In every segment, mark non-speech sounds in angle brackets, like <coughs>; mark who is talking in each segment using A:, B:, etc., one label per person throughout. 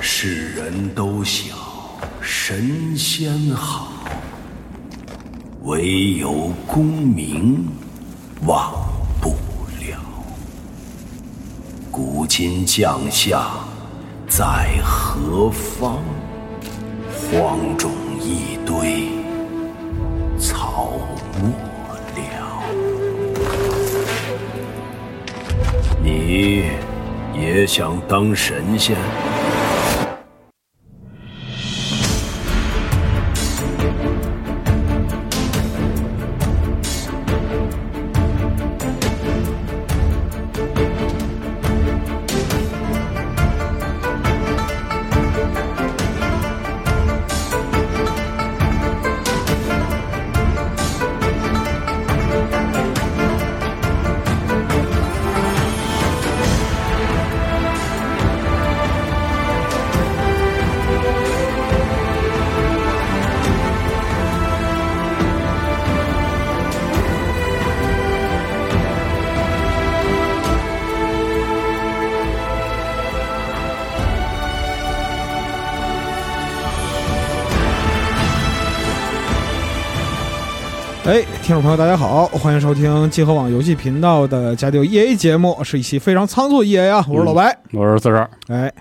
A: 世人都晓神仙好，唯有功名忘不了。古今将相在何方？荒冢一堆草没了。你也想当神仙？
B: 哎，听众朋友，大家好，欢迎收听集合网游戏频道的《加丢 EA》节目，是一期非常仓促的 EA
C: 嗯
B: 啊，我是老白。
C: 我是四十二，
B: 哎，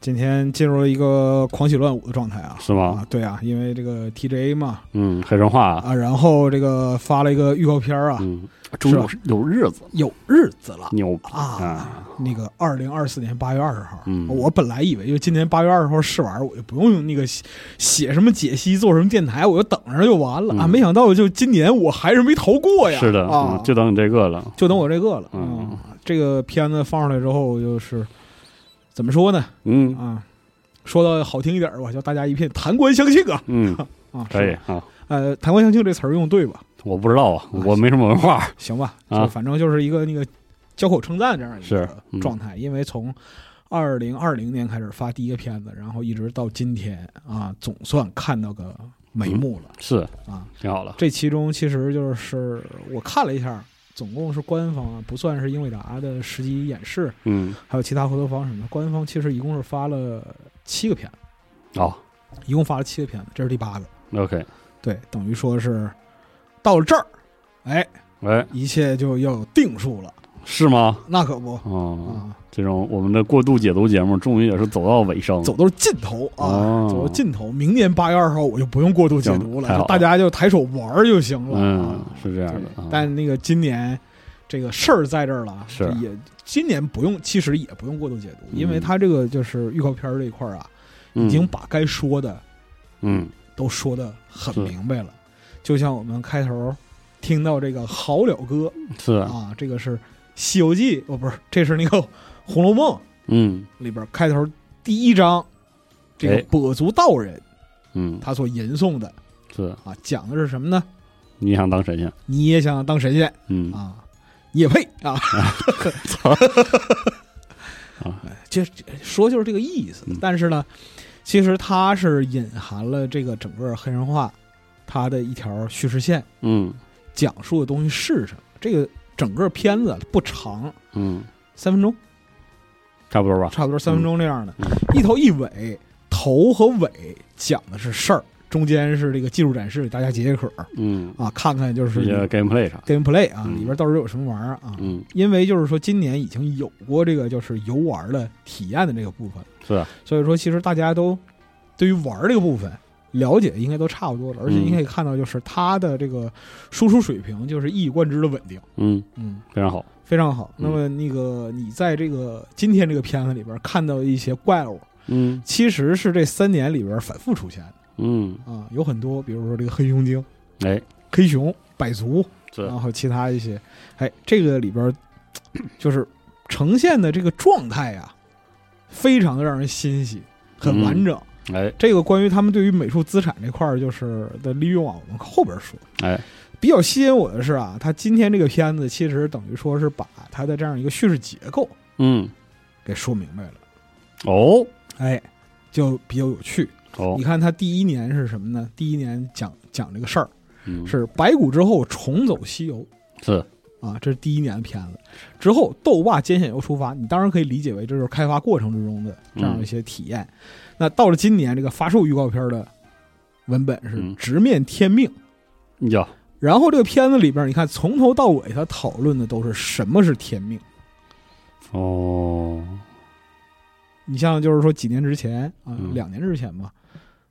B: 今天进入了一个狂喜乱舞的状态啊，
C: 是吗
B: 啊？，对啊，因为这个 TGA 嘛
C: 嗯，黑神话，
B: 啊，然后这个发了一个预告片啊，
C: 嗯，终于有有日子，
B: 有日子了
C: 牛逼
B: 啊！
C: 啊！
B: 那个二零二四年八月二十号，
C: 嗯
B: 我本来以为就今年八月二十号试玩，我就不用那个写写什么解析，做什么电台，我就等着就完了啊。
C: 嗯
B: 没想到就今年我还是没逃过呀，
C: 是的，
B: 啊
C: 嗯，就等你这个了。
B: 就等我这个了。啊
C: 嗯
B: 这个片子放出来之后，就是怎么说呢？
C: 嗯
B: 啊，说的好听一点儿吧，叫大家一片弹冠相庆啊
C: 嗯，
B: 啊！
C: 可以
B: 是吧。
C: 啊，
B: 呃，弹冠相庆这词儿用对吧？
C: 我不知道啊，我没什么文化。
B: 行吧，
C: 啊
B: 就反正就是一个那个交口称赞这样一
C: 是
B: 个
C: 嗯
B: 状态，因为从。二零二零年开始发第一个片子，然后一直到今天啊，总算看到个眉目了、
C: 是
B: 啊！
C: 挺好的。
B: 这其中其实就是我看了一下，总共是官方啊，不算是英伟达的实际演示，
C: 嗯，
B: 还有其他合作方什么的。官方其实一共是发了七个片子，
C: 好
B: 一共发了七个片子，这是第八个。
C: ，OK，
B: 对，等于说是到了这儿，哎，
C: 哎，
B: 一切就要有定数了。
C: 是吗？
B: 那可不
C: 哦，
B: 啊，
C: 这种我们的过度解读节目，终于也是走到尾声。
B: 走到尽头啊，
C: 哦
B: 走到尽头。明年八月二号，我就不用过度解读
C: 行太
B: 了，
C: 好
B: 就
C: 了
B: 大家就抬手玩儿就行了。
C: 嗯
B: 啊，
C: 是这样的
B: 对
C: 啊。
B: 但那个今年。这个事儿在这儿了，
C: 是
B: 也今年不用，其实也不用过度解读，因为
C: 嗯
B: 它这个就是预告片儿这一块儿啊，
C: 嗯
B: 已经把该说的
C: 嗯
B: 都说的很明白了。就像我们开头听到这个好了歌
C: 嗯是
B: 啊，这个是《西游记》哦，不是，这是那个《红楼梦
C: 嗯》
B: 里边开头第一章，这个
C: 哎
B: 跛足道人
C: 嗯
B: 他所吟诵的
C: 是，
B: 啊，讲的是什么呢？
C: 你想当神仙？
B: 你也想当神仙
C: 嗯
B: 啊？你也配
C: <laughs>
B: 啊！
C: 啊
B: 哎这这说 <laughs> 就是这个意思
C: 嗯，
B: 但是呢，其实它是隐含了这个整个黑神话它的一条叙事线，
C: 嗯
B: 讲述的东西是什么。这个整个片子不长，
C: 嗯，
B: 三分钟，
C: 差不多吧。
B: 差不多三分钟这样的，
C: 嗯
B: 一头一尾，头和尾讲的是事儿，中间是这个技术展示，给大家解解渴儿
C: 嗯，
B: 啊，看看就是
C: 一些 gameplay 啥。
B: gameplay 啊，
C: 嗯
B: 里边到底有什么玩意儿啊。
C: 嗯，
B: 因为就是说，今年已经有过这个就是游玩的体验的这个部分，
C: 是啊
B: 所以说其实大家都对于玩儿这个部分了解应该都差不多了，而且
C: 嗯
B: 你可以看到就是它的这个输出水平就是一以贯之的稳定，
C: 嗯，
B: 嗯，
C: 非常好。
B: 非常好。
C: 嗯
B: 那么那个你在这个今天这个片子里边看到的一些怪物，
C: 嗯
B: 其实是这三年里边反复出现的
C: 嗯，
B: 啊，有很多，比如说这个黑熊精、
C: 哎，
B: 黑熊、百足，
C: 是
B: 然后还有其他一些，哎，这个里边嘖就是呈现的这个状态呀、非常的让人欣喜，很完整。
C: 哎
B: 这个关于他们对于美术资产这块儿就是的利用啊，我们后边说。
C: 哎，
B: 比较吸引我的是啊，他今天这个片子其实等于说是把他的这样一个叙事结构
C: 嗯，
B: 给说明白了，
C: 哦
B: 哎，就比较有趣。
C: 哦
B: 你，看他第一年是什么呢？第一年讲讲这个事儿
C: 嗯
B: 是白骨之后重走西游
C: 是
B: 啊，这是第一年的片子。之后豆瓣艰险又出发，你当然可以理解为这就是开发过程之中的这样一些体验。那到了今年这个发售预告片的文本是
C: 嗯
B: 《直面天命》嗯
C: 呀，
B: 然后这个片子里边，你看从头到尾，他讨论的都是什么是天命。
C: 哦，
B: 你像就是说几年之前啊、
C: 嗯
B: 两年之前吧，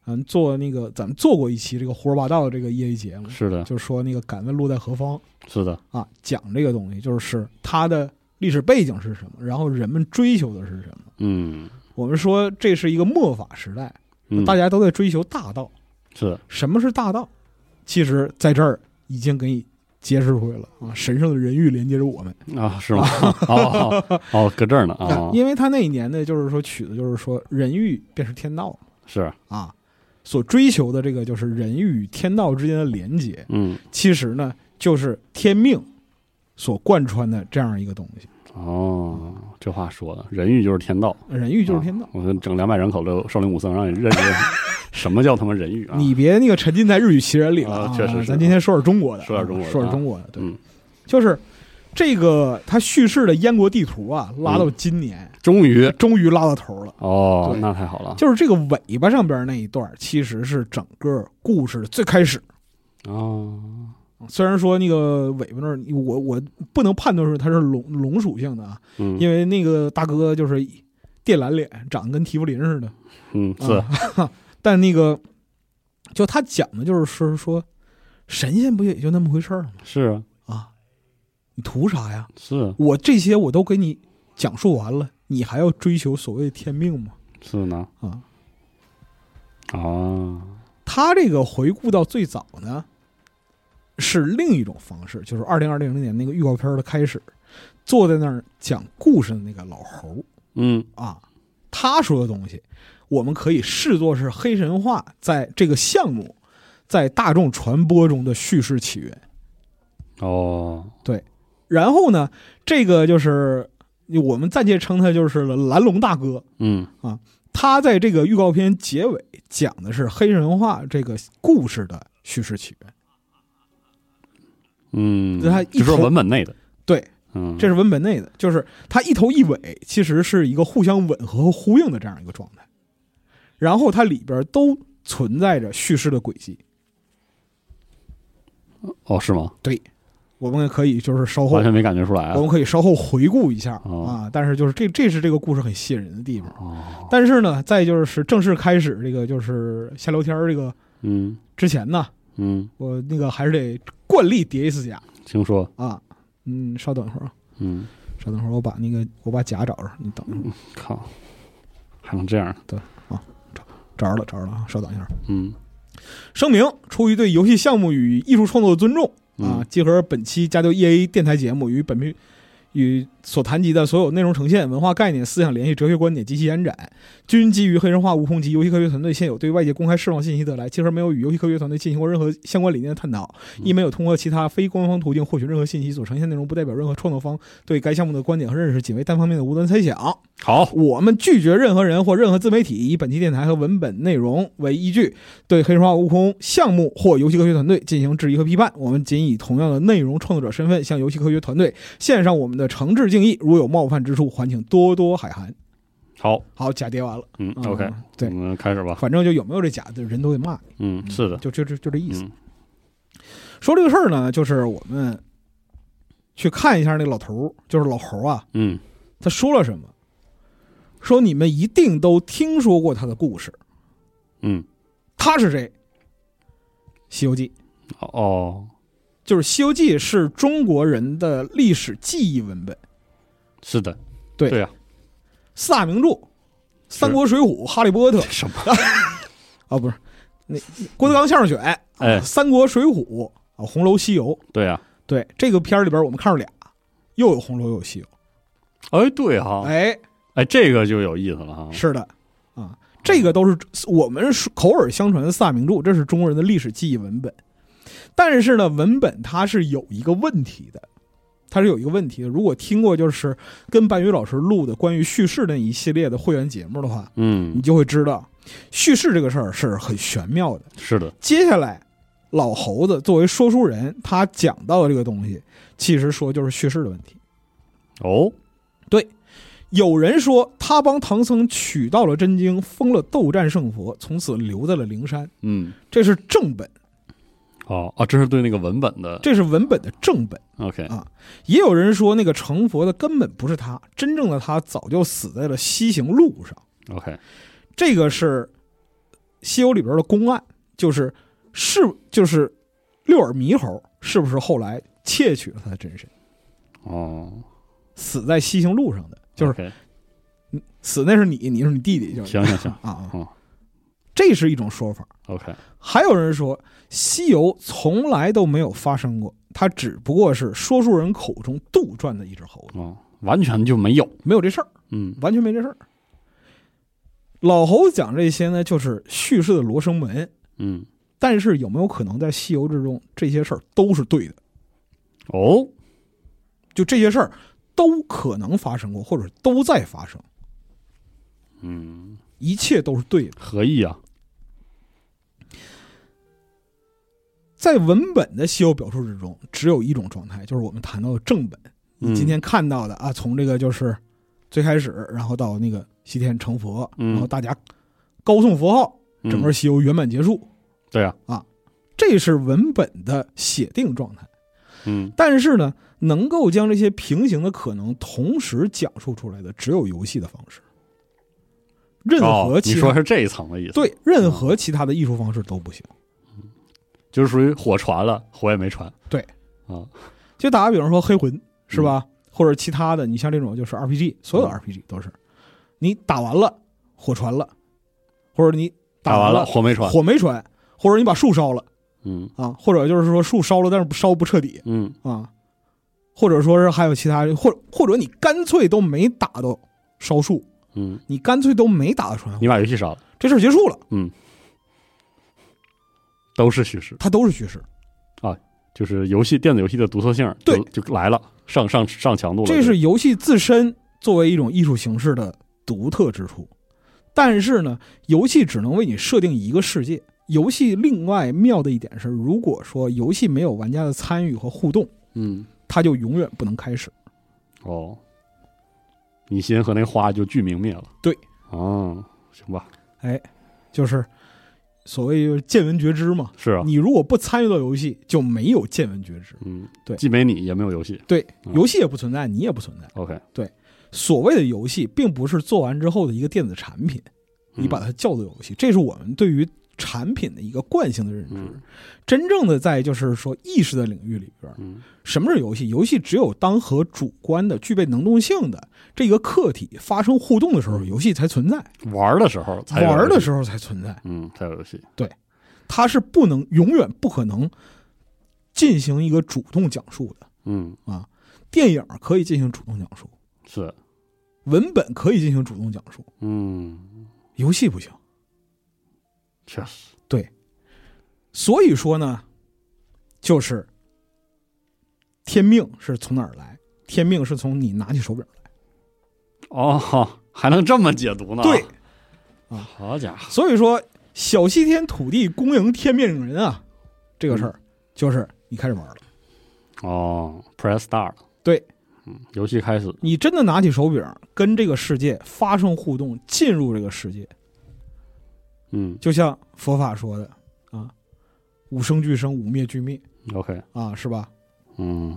B: 嗯，做那个咱们做过一期这个胡说八道的这个业余节目，
C: 是的，
B: 就说那个敢问路在何方
C: 是的，
B: 啊，讲这个东西就是它的历史背景是什么，然后人们追求的是什么。
C: 嗯，
B: 我们说这是一个末法时代，
C: 嗯
B: 大家都在追求大道。
C: 是的，
B: 什么是大道？其实在这儿已经给你揭示出来了啊，神圣的人欲连接着我们。
C: 啊，是
B: <laughs>
C: 吗？哦哦哦，搁这儿呢啊
B: 啊，，因为他那一年呢，就是说取的就是说人欲便是天道
C: 是，
B: 啊，所追求的这个就是人欲与天道之间的连接，
C: 嗯，
B: 其实呢就是天命所贯穿的这样一个东西。
C: 哦，这话说的，人欲就是天道，
B: 人欲就是天道，
C: 啊我说整两百人口的少林武僧，让你认识什么叫他妈人欲啊？
B: 你别那个沉浸在日语奇人里了、
C: 啊确实是
B: 咱今天说点中国的，啊
C: 说点中国的
B: 说点中国的，对，
C: 嗯，
B: 就是这个他叙事的燕国地图啊，拉
C: 嗯
B: 到今年、
C: <laughs> 终于
B: 终于拉到头了。
C: 哦，
B: 对
C: 那太好了，
B: 就是这个尾巴上边那一段，其实是整个故事的最开始。
C: 哦，
B: 虽然说那个尾巴那儿，我我不能判断出它是龙龙属性的啊，
C: 嗯，
B: 因为那个大哥就是电蓝脸，长得跟提夫林似的。
C: 嗯
B: 啊
C: 是，
B: 但那个就他讲的就是说说神仙不也就那么回事儿吗？
C: 是啊
B: 啊，你图啥呀？
C: 是啊
B: 我这些我都给你讲述完了，你还要追求所谓的天命吗？
C: 是呢，
B: 啊，
C: 啊，
B: 他这个回顾到最早呢，是另一种方式，就是二零二零年那个预告片的开始，坐在那儿讲故事的那个老猴
C: 嗯
B: 啊，他说的东西，我们可以视作是黑神话在这个项目在大众传播中的叙事起源。
C: 哦，
B: 然后呢，这个就是我们暂且称他就是蓝龙大哥，
C: 嗯
B: 他在这个预告片结尾讲的是黑神话这个故事的叙事起源。
C: 嗯，
B: 这还一
C: 就说
B: 头
C: 文本内的，
B: 对，
C: 嗯，
B: 这是文本内的，就是它一头一尾其实是一个互相吻合和呼应的这样一个状态，然后它里边都存在着叙事的轨迹。
C: 哦是吗？
B: 我们可以就是稍后
C: 完，全没感觉出来啊
B: 我，们可以稍后回顾一下
C: 哦
B: 啊。但是就是这这是这个故事很吸引人的地方。
C: 哦，
B: 但是呢，再就是正式开始这个就是瞎聊天儿这个
C: 嗯
B: 之前呢，
C: 嗯，
B: 我那个还是得惯例叠一次甲
C: 听说，
B: 啊。嗯，稍等一会儿啊，
C: 嗯，
B: 稍等会儿，我把那个我把甲找着，你等一会儿，
C: 靠，还能这样，啊
B: 找着了，找着了啊，稍等一下。
C: 嗯
B: 声明：出于对游戏项目与艺术创作的尊重啊
C: 嗯，
B: 结合本期加丢 EA 电台节目与本频与所谈及的所有内容呈现、文化概念、思想联系、哲学观点及其延展，均基于黑神话、悟空及游戏科学团队现有对外界公开释放信息得来，结合没有与游戏科学团队进行过任何相关理念的探讨，亦没有通过其他非官方途径获取任何信息，所呈现内容不代表任何创作方对该项目的观点和认识，仅为单方面的无端猜想。
C: 好，
B: 我们拒绝任何人或任何自媒体以本期电台和文本内容为依据，对黑神话悟空项目或游戏科学团队进行质疑和批判。我们仅以同样的内容创作者身份向游戏科学团队献上我们的诚挚敬意。如有冒犯之处，还请多多海涵。
C: 好，
B: 好，假跌完了。
C: 嗯
B: 嗯
C: ，OK，
B: 对
C: 我们开始吧，
B: 反正就有没有这假的人都得骂你，
C: 嗯，是的，
B: 就就就就这意思。
C: 嗯
B: 说这个事儿呢，就是我们去看一下那老头儿，就是老猴啊，
C: 嗯
B: 他说了什么？说你们一定都听说过他的故事。
C: 嗯，
B: 他是谁？《西游记》
C: 哦，
B: 就是《西游记》是中国人的历史记忆文本，
C: 是的，
B: 对
C: 对呀，啊
B: 四大名著《三国》《水浒》《哈利波特》<laughs>
C: 什么？
B: 啊，不是那郭德纲相声选，啊
C: 哎
B: 三国》《水浒》啊，《红楼》《西游》。
C: 对啊呀，
B: 对这个片儿里边，我们看着俩，又有红楼，又有西游。
C: 哎，对哈，
B: 哎，
C: 哎，这个就有意思了哈，
B: 是的，啊，这个都是我们是口耳相传的四大名著，这是中国人的历史记忆文本。但是呢，文本它是有一个问题的，它是有一个问题的。如果听过就是跟半宇老师录的关于叙事那一系列的会员节目的话，你
C: 嗯，
B: 就会知道，叙事这个事儿是很玄妙的。
C: 是的，
B: 接下来老猴子作为说书人，他讲到的这个东西，其实说就是叙事的问题。
C: 哦，
B: 有人说他帮唐僧取到了真经，封了斗战胜佛，从此留在了灵山，
C: 嗯，
B: 这是正本，
C: 哦啊，这是对那个文本的
B: 这是文本的正本。
C: ，OK，
B: 啊也有人说那个成佛的根本不是他，真正的他早就死在了西行路上。
C: OK，
B: 这个是西游里边的公案，就是是就是六耳猕猴是不是后来窃取了他的真身，
C: 哦，
B: 死在西行路上的，就是
C: 是
B: 死那是你，你是你弟弟，就是
C: 行行行
B: 啊啊，
C: 嗯
B: 这是一种说法。
C: ，OK，
B: 还有人说，西游从来都没有发生过，它只不过是说书人口中杜撰的一只猴子，
C: 哦，完全就没有，
B: 没有这事儿，
C: 嗯
B: 完全没这事儿。老猴讲这些呢，就是叙事的罗生门，
C: 嗯，
B: 但是有没有可能在西游之中，这些事儿都是对的？
C: 哦，
B: 就这些事儿都可能发生过，或者都在发生，
C: 嗯，
B: 一切都是对的。
C: 何意啊？
B: 在文本的西游表述之中，只有一种状态，就是我们谈到的正本。你
C: 嗯
B: 今天看到的啊，从这个就是最开始，然后到那个西天成佛，
C: 嗯
B: 然后大家高颂佛号，
C: 嗯
B: 整个西游圆满结束，
C: 对啊，
B: 这是文本的写定状态。
C: 嗯
B: 但是呢，能够将这些平行的可能同时讲述出来的，只有游戏的方式。任
C: 哦
B: 何，
C: 你
B: 其他、
C: 说是这一层的意思，，
B: 对任何其他的艺术方式都不行。
C: 就是属于火传了，火也没传，
B: 对
C: 啊，
B: 就打个比方说黑魂是吧，或者其他的，你像这种就是 RPG，所有的
C: 嗯
B: RPG 都是，你打完了火传了，或者你
C: 打完
B: 完
C: 了火没传，
B: 火没传，或者你把树烧了
C: 嗯
B: 啊，或者就是说树烧了但是不烧不彻底
C: 嗯
B: 啊，或者说是还有其他，或者或者你干脆都没打到烧树，
C: 嗯，
B: 你干脆都没打到传火，
C: 你把游戏杀了，
B: 这事儿结束了，
C: 都是叙事，
B: 它都是叙事，
C: 就是游戏电子游戏的独特性儿
B: 对
C: 就就来了，上上上强度了，
B: 这是游戏自身作为一种艺术形式的独特之处。但是呢，游戏只能为你设定一个世界。游戏另外妙的一点是，如果说游戏没有玩家的参与和互动，
C: 嗯
B: 它就永远不能开始。
C: 哦，你心和那花就俱明灭了，
B: 对，
C: 哦，行吧，
B: 哎就是所谓就是见闻觉知嘛。
C: 是啊，
B: 你如果不参与到游戏，就没有见闻觉知。
C: 嗯，
B: 对
C: 既没你也没有游戏
B: 对，
C: 嗯
B: 游戏也不存在，你也不存在。
C: ，OK，
B: 所谓的游戏，并不是做完之后的一个电子产品，
C: 嗯
B: 你把它叫做游戏，这是我们对于产品的一个惯性的认知。
C: 嗯
B: 真正的在就是说意识的领域里边，
C: 嗯
B: 什么是游戏？游戏只有当和主观的、具备能动性的这个客体发生互动的时候，游戏才存在；
C: 嗯玩儿的时候才有游戏
B: 玩儿的时候才存在。
C: 嗯才有游戏，
B: 它是不能永远不可能进行一个主动讲述的。
C: 嗯
B: 电影可以进行主动讲述，
C: 是，
B: 文本可以进行主动讲述，
C: 嗯
B: 游戏不行。
C: 确实，
B: 所以说呢，就是天命是从哪儿来？天命是从你拿起手柄来。
C: 哦，还能这么解读呢，
B: 对，
C: 好家伙，
B: 所以说，小西天土地恭迎天命人啊，这个事儿就是你开始玩了。
C: 哦，Press Star 了，
B: 对
C: 嗯，游戏开始，
B: 你真的拿起手柄跟这个世界发生互动，进入这个世界，
C: 嗯
B: 就像佛法说的啊，五生俱生，五灭俱灭
C: ，OK，
B: 啊，是吧？
C: 嗯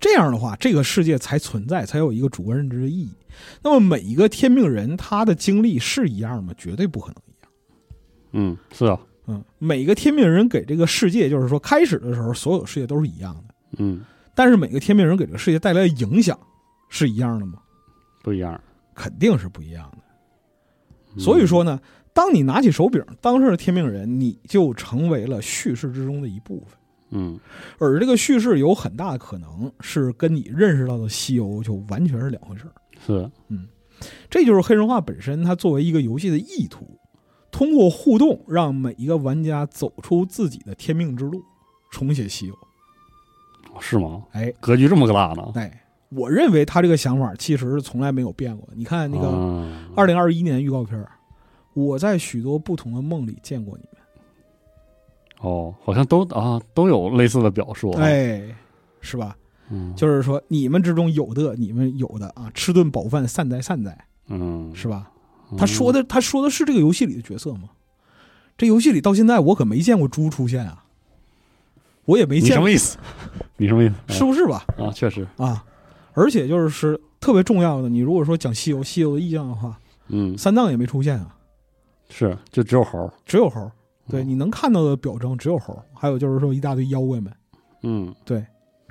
B: 这样的话，这个世界才存在，才有一个主观认知的意义。那么每一个天命人他的经历是一样吗？绝对不可能一样。
C: 嗯是啊，
B: 嗯，每个天命人给这个世界，就是说开始的时候，所有世界都是一样的。
C: 嗯
B: 但是每个天命人给这个世界带来的影响是一样的吗？
C: 不一样，
B: 肯定是不一样的。
C: 嗯
B: 所以说呢，当你拿起手柄当上了天命人，你就成为了叙事之中的一部分。
C: 嗯
B: 而这个叙事有很大的可能是跟你认识到的西游就完全是两回事儿。
C: 是，
B: 这就是黑神话本身它作为一个游戏的意图，通过互动让每一个玩家走出自己的天命之路，重写西游。
C: 哦是吗？
B: 哎，
C: 格局这么个大呢？
B: 哎，我认为他这个想法其实是从来没有变过的。你看那个
C: 啊
B: 二零二一年预告片儿，我在许多不同的梦里见过你们。
C: 哦，好像都啊都有类似的表述、啊，，
B: 哎，是吧？
C: 嗯，
B: 就是说你们之中有的，你们有的啊，吃顿饱饭，善哉善哉，
C: 嗯，
B: 是吧？
C: 嗯
B: 他说的，他说的是这个游戏里的角色吗？这游戏里到现在我可没见过猪出现啊，我也没
C: 嗯你
B: 见
C: 什
B: 过
C: 么，意思？你什么意
B: <laughs>
C: 思？
B: 是不是吧？
C: <laughs> 啊，确实，
B: 啊，而且就是特别重要的，你如果说讲西游，西游的意象的话，
C: 嗯，
B: 三藏也没出现啊，
C: 是，就只有猴儿，
B: 只有猴儿。对，
C: 嗯
B: 你能看到的表征只有猴儿，还有就是说一大堆妖怪们。
C: 嗯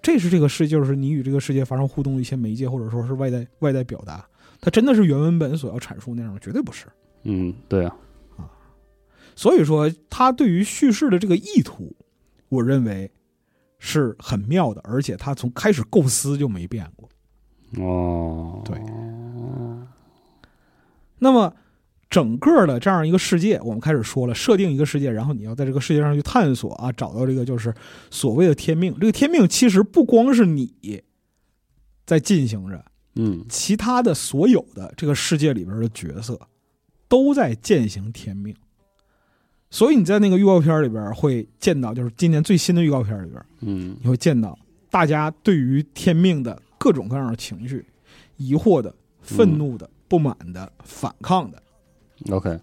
B: 这是这个世，就是你与这个世界发生互动的一些媒介，或者说是外在外在表达。它真的是原文本所要阐述那样吗？绝对不是。
C: 嗯，对啊，
B: 所以说，他对于叙事的这个意图，我认为是很妙的，而且他从开始构思就没变过。
C: 哦，
B: 对那么，整个的这样一个世界，我们开始说了，设定一个世界，然后你要在这个世界上去探索啊，找到这个就是所谓的天命。这个天命其实不光是你在进行着，
C: 嗯
B: 其他的所有的这个世界里边的角色都在践行天命。所以你在那个预告片里边会见到，就是今年最新的预告片里边，
C: 嗯
B: 你会见到大家对于天命的各种各样的情绪，疑惑的、愤怒的、不满的、反抗的，
C: ，OK，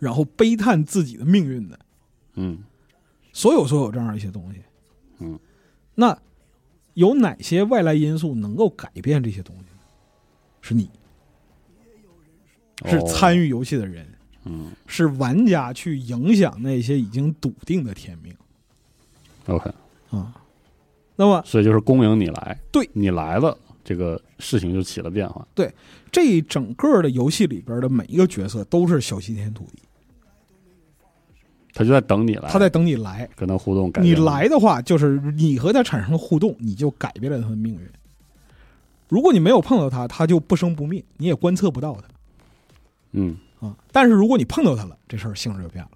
B: 然后悲叹自己的命运的，
C: 嗯
B: 所有所有这样一些东西。
C: 嗯，
B: 那有哪些外来因素能够改变这些东西呢？是你，是
C: 哦
B: 参与游戏的人。
C: 嗯
B: 是玩家去影响那些已经笃定的天命
C: 哦，OK，
B: 啊。那么
C: 所以就是恭迎你来，
B: 对
C: 你来了，这个事情就起了变化，
B: 这整个的游戏里边的每一个角色都是小西天土地，
C: 他就在等你来，
B: 他在等你来。
C: 跟他互动，改
B: 你
C: 变
B: 来的话，就是你和他产生了互动，你就改变了他的命运。如果你没有碰到他，他就不生不灭，你也观测不到
C: 嗯
B: 他啊。但是如果你碰到他了，这事儿性质就变了。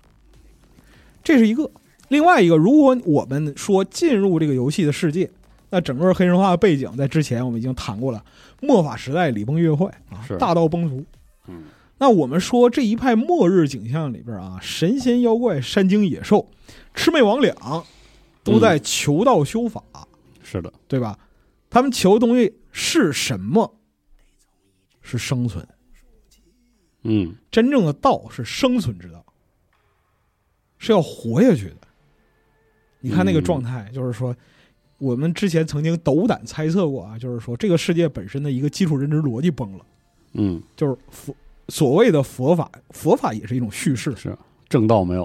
B: 这是一个，另外一个，如果我们说进入这个游戏的世界，那整个黑神话的背景在之前我们已经谈过了，末法时代礼崩乐坏啊
C: 是，
B: 大道崩殂。
C: 嗯，
B: 那我们说这一派末日景象里边啊，神仙妖怪、山精野兽、魑魅魍魉都在求道修法，
C: 嗯是的，
B: 对吧？他们求的东西是什么？是生存。
C: 嗯
B: 真正的道是生存之道，是要活下去的。你看那个状态，就是说，我们之前曾经斗胆猜测过啊，就是说这个世界本身的一个基础认知逻辑崩了，
C: 嗯
B: 就是佛所谓的佛法，佛法也是一种叙事，
C: 是正道没有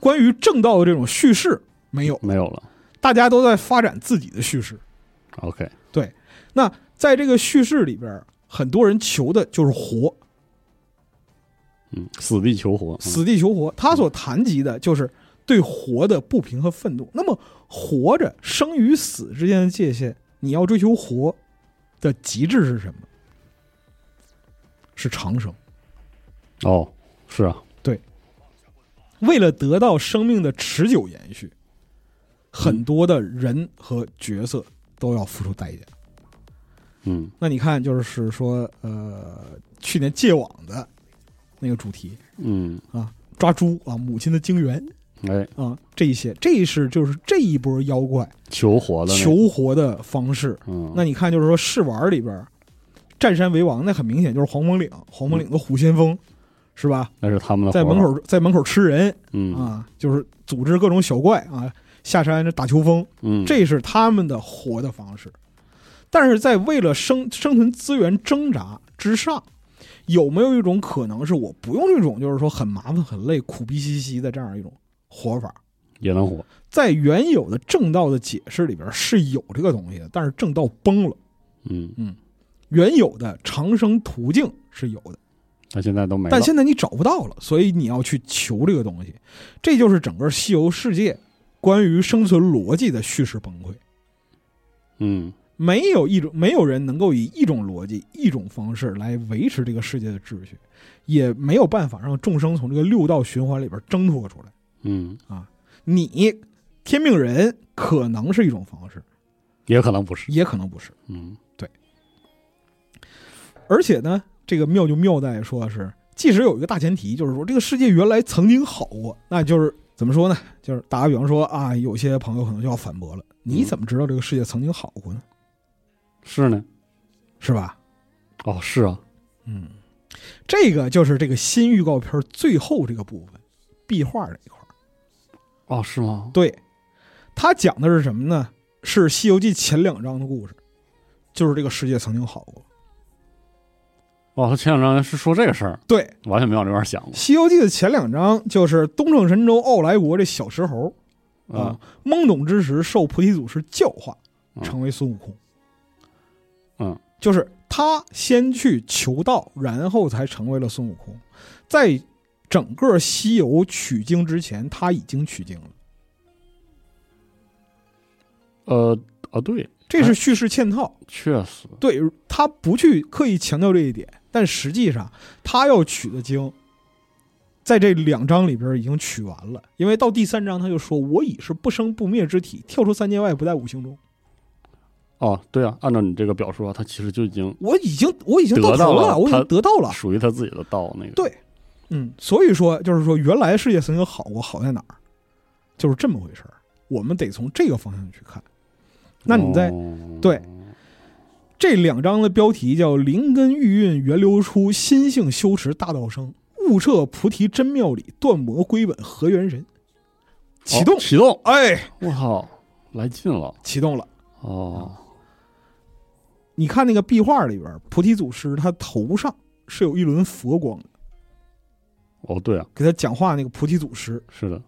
B: 关于正道的这种叙事没有，
C: 没有了
B: 大家都在发展自己的叙事。
C: ，OK，
B: 那在这个叙事里边儿，很多人求的就是活，
C: 嗯，死地求活，嗯
B: 死地求活，他所谈及的就是对活的不平和愤怒。那么，活着生与死之间的界限，你要追求活的极致是什么？是长生。
C: 哦，是啊，
B: 为了得到生命的持久延续，很多的人和角色都要付出代价。
C: 嗯
B: 那你看，就是说，呃，去年戒网的那个主题
C: 嗯，
B: 啊，抓猪啊，母亲的精元
C: 哎，
B: 啊，这一些，这是就是这一波妖怪。
C: 求活的那
B: 求活的方式。
C: 嗯，
B: 那你看，就是说试玩里边，占山为王，那很明显就是黄风岭，黄风岭的虎先锋，是吧？
C: 那是他们的
B: 在
C: 活法
B: 门，口在门口吃人
C: 嗯
B: 啊，就是组织各种小怪啊，下山打秋风，
C: 嗯，
B: 这是他们的活的方式。但是在为了生生存资源挣扎之上，有没有一种可能是我不用这种就是说很麻烦、很累、苦逼兮兮的这样一种活法？
C: 也能活，
B: 在原有的正道的解释里边是有这个东西的，但是正道崩了，
C: 嗯，
B: 原有的长生途径是有的，
C: 但现在都没了
B: 但，现在你找不到了，所以你要去求这个东西，这就是整个西游世界关于生存逻辑的叙事崩溃。
C: 嗯
B: 没有一种，没有人能够以一种逻辑、一种方式来维持这个世界的秩序，也没有办法让众生从这个六道循环里边挣脱出来。
C: 嗯，
B: 你天命人可能是一种方式，
C: 也可能不是，
B: 也可能不是。
C: 嗯
B: 而且呢，这个妙就妙在说是，即使有一个大前提，就是说这个世界原来曾经好过，那就是怎么说呢？就是打个比方说啊，有些朋友可能就要反驳了，你怎么知道这个世界曾经好过呢？
C: 是呢，
B: 是吧？
C: 哦，是啊，
B: 嗯，这个就是这个新预告片最后这个部分，壁画这一块儿。
C: 哦，是吗？
B: 对，它讲的是什么呢？是《西游记》前两章的故事，就是这个世界曾经好过。
C: 哦，他前两章是说这个事儿，
B: 对，
C: 完全没往这边想过
B: 《西游记》的前两章就是东胜神州傲来国这小石猴啊
C: 啊，，
B: 懵懂之时受菩提祖师教化，
C: 嗯
B: 成为孙悟空。
C: 嗯，
B: 就是他先去求道，然后才成为了孙悟空。在整个西游取经之前，他已经取经了。
C: 呃啊，对，
B: 这是叙事嵌套，
C: 确实，
B: 对他不去刻意强调这一点，但实际上他要取的经，在这两章里边已经取完了，因为到第三章他就说：“我已是不生不灭之体，跳出三界外，不在五行中。
C: 哦，对啊，按照你这个表述啊，他其实就已经
B: 我已经我已经
C: 得到
B: 头
C: 了
B: 了，我已
C: 他
B: 经得到了。
C: 属于他自己的道那个，
B: 对嗯，所以说就是说，原来世界曾经好过，好在哪儿？就是这么回事儿。我们得从这个方向去看。那你在
C: 哦
B: 对这两章的标题叫“灵根玉韵源流出，心性修持大道生，悟彻菩提真妙理，断魔归本合元神”。启动
C: 哦，启动，
B: 哎，
C: 我靠，来劲了
B: 启动了。
C: 哦，
B: 你看那个壁画里边，菩提祖师他头上是有一轮佛光的，
C: 哦，对啊，
B: 给他讲话那个菩提祖师，
C: 是的，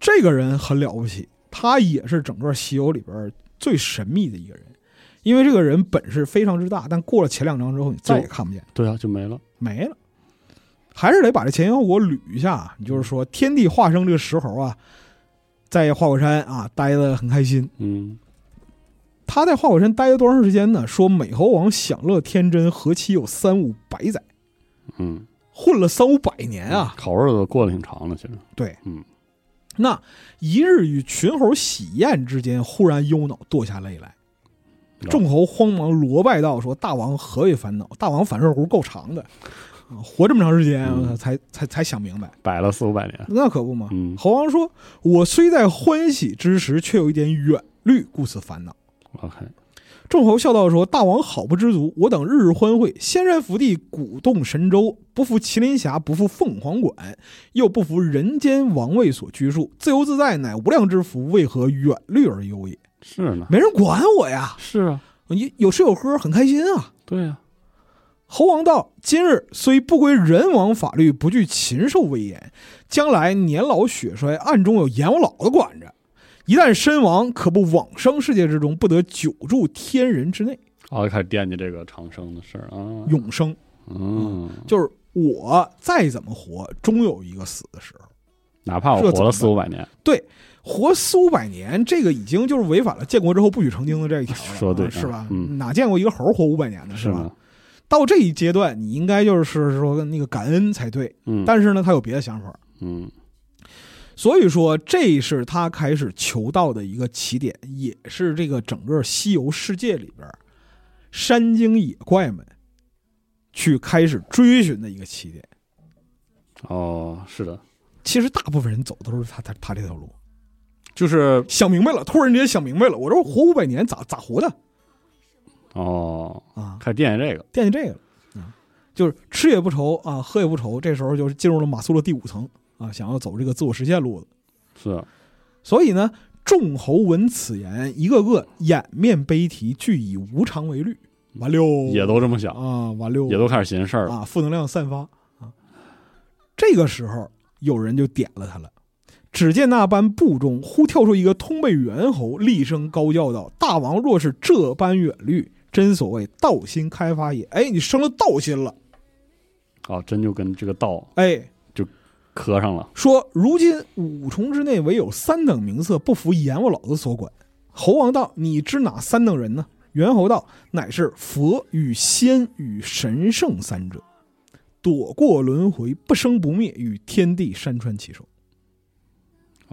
B: 这个人很了不起，他也是整个西游里边最神秘的一个人，因为这个人本事非常之大，但过了前两章之后，你再也看不见，
C: 对啊，就没了，
B: 没了。还是得把这前因后果捋一下啊，你就是说天地化生这个石猴啊，在花果山啊待得很开心。
C: 嗯，
B: 他在花果山待了多长时间呢？说美猴王享乐天真，何其有三五百载，
C: 嗯，
B: 混了三五百年啊！
C: 烤日子过得挺长的，其实，
B: 对，
C: 嗯，
B: 那一日与群猴喜宴之间，忽然忧恼，堕下泪来。
C: 哦
B: 众猴慌忙罗拜道：“说大王何为烦恼？大王反射弧够长的，啊活这么长时间，
C: 嗯
B: 我操才才才想明白，
C: 摆了四五百年，
B: 那可不嘛。
C: 嗯，
B: 猴王说：“我虽在欢喜之时，却有一点远虑，故此烦恼。
C: OK，”
B: 众猴笑道说：“大王好不知足！我等日日欢会，仙山福地，鼓动神州，不负麒麟峡，不负凤凰馆，又不服人间王位所拘束，自由自在乃无量之福，为何远虑而忧也？
C: 是呢，
B: 没人管我呀，
C: 是啊，
B: 有有吃有喝，很开心啊。”
C: 对啊，
B: 猴王道：“今日虽不归人王法律，不惧禽兽威严，将来年老血衰，暗中有阎王老子管着。一旦身亡，可不往生世界之中，不得久住天人之内，
C: 哦，开始惦记这个长生的事儿啊，
B: 永生。
C: 嗯，
B: 就是我再怎么活，终有一个死的时候。
C: 哪怕我活了四五百年，
B: 对，活四五百年，这个已经就是违反了建国之后不许成精的这一条了，
C: 说得对
B: 啊是吧？
C: 嗯
B: 哪见过一个猴活五百年的，
C: 是
B: 吧
C: 吗？？
B: 到这一阶段，你应该就是说那个感恩才对。
C: 嗯，
B: 但是呢，他有别的想法。”
C: 嗯，
B: 所以说，这是他开始求道的一个起点，也是这个整个西游世界里边儿山精野怪们去开始追寻的一个起点。
C: 哦，是的，
B: 其实大部分人走的都是他他他这条路，
C: 就是
B: 想明白了，突然之间想明白了，我这活五百年咋咋活的
C: 哦，
B: 啊？
C: 开始惦记这个，
B: 惦记这个了，啊，就是吃也不愁啊，喝也不愁，这时候就是进入了马苏洛第五层啊，想要走这个自我实现路子。
C: 是啊
B: 所以呢，众侯闻此言，一个个掩面悲啼，俱以无常为虑。完溜，
C: 也都这么想，
B: 啊，完溜，
C: 也都开始寻事儿了，
B: 啊，负能量散发啊。这个时候，有人就点了他了。只见那般步中，忽跳出一个通背猿猴，厉声高叫道：“大王若是这般远虑，真所谓道心开发也。”哎，你生了道心了，
C: 哦，真就跟这个道
B: 哎，
C: 磕上了，
B: 说如今五重之内唯有三等名色，不服阎王老子所管。猴王道：“你知哪三等人呢？”猿猴道：“乃是佛与仙与神圣三者，躲过轮回，不生不灭，与天地山川齐寿。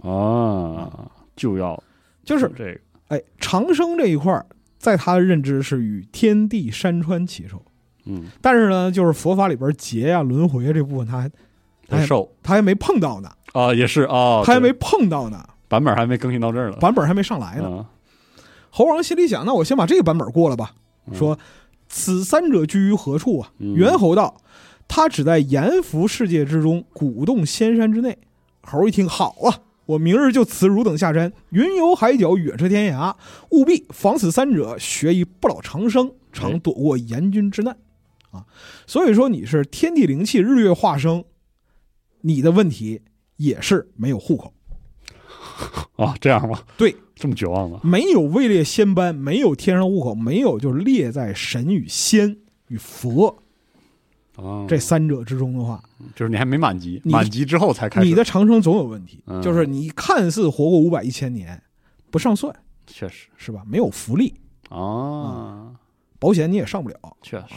C: 啊，就要
B: 就是，
C: 这个，
B: 哎，长生这一块儿，在他的认知是与天地山川齐寿。
C: 嗯，
B: 啊但是呢，就是佛法里边劫呀、轮回啊这部分，他还他
C: 他
B: 还
C: 瘦
B: 他还没碰到呢。
C: 啊，也是啊，
B: 他还没
C: 对
B: 碰到呢，
C: 版本还没更新到这儿了，
B: 版本还没上来呢。
C: 嗯
B: 猴王心里想，那我先把这个版本过了吧。
C: 嗯
B: 说此三者居于何处啊？
C: 嗯
B: 猿猴道：“他只在阎浮世界之中，鼓动仙山之内。”猴一听，好啊！我明日就辞汝等下山，云游海角，远涉天涯，务必防此三者，学以不老长生，常躲过阎君之难。啊，所以说你是天地灵气，日月化生，你的问题也是没有户口，
C: 啊，这样吗？
B: 对，
C: 这么绝望吗？
B: 没有位列仙班，没有天上户口，没有就是列在神与仙与佛
C: 啊，
B: 这三者之中的话，
C: 就是你还没满级，
B: 你
C: 满级之后才开始。
B: 你的长生总有问题，
C: 嗯
B: 就是你看似活过五百一千年，不上算
C: 确实
B: 是吧？没有福利，嗯
C: 啊，
B: 保险你也上不了，
C: 确实，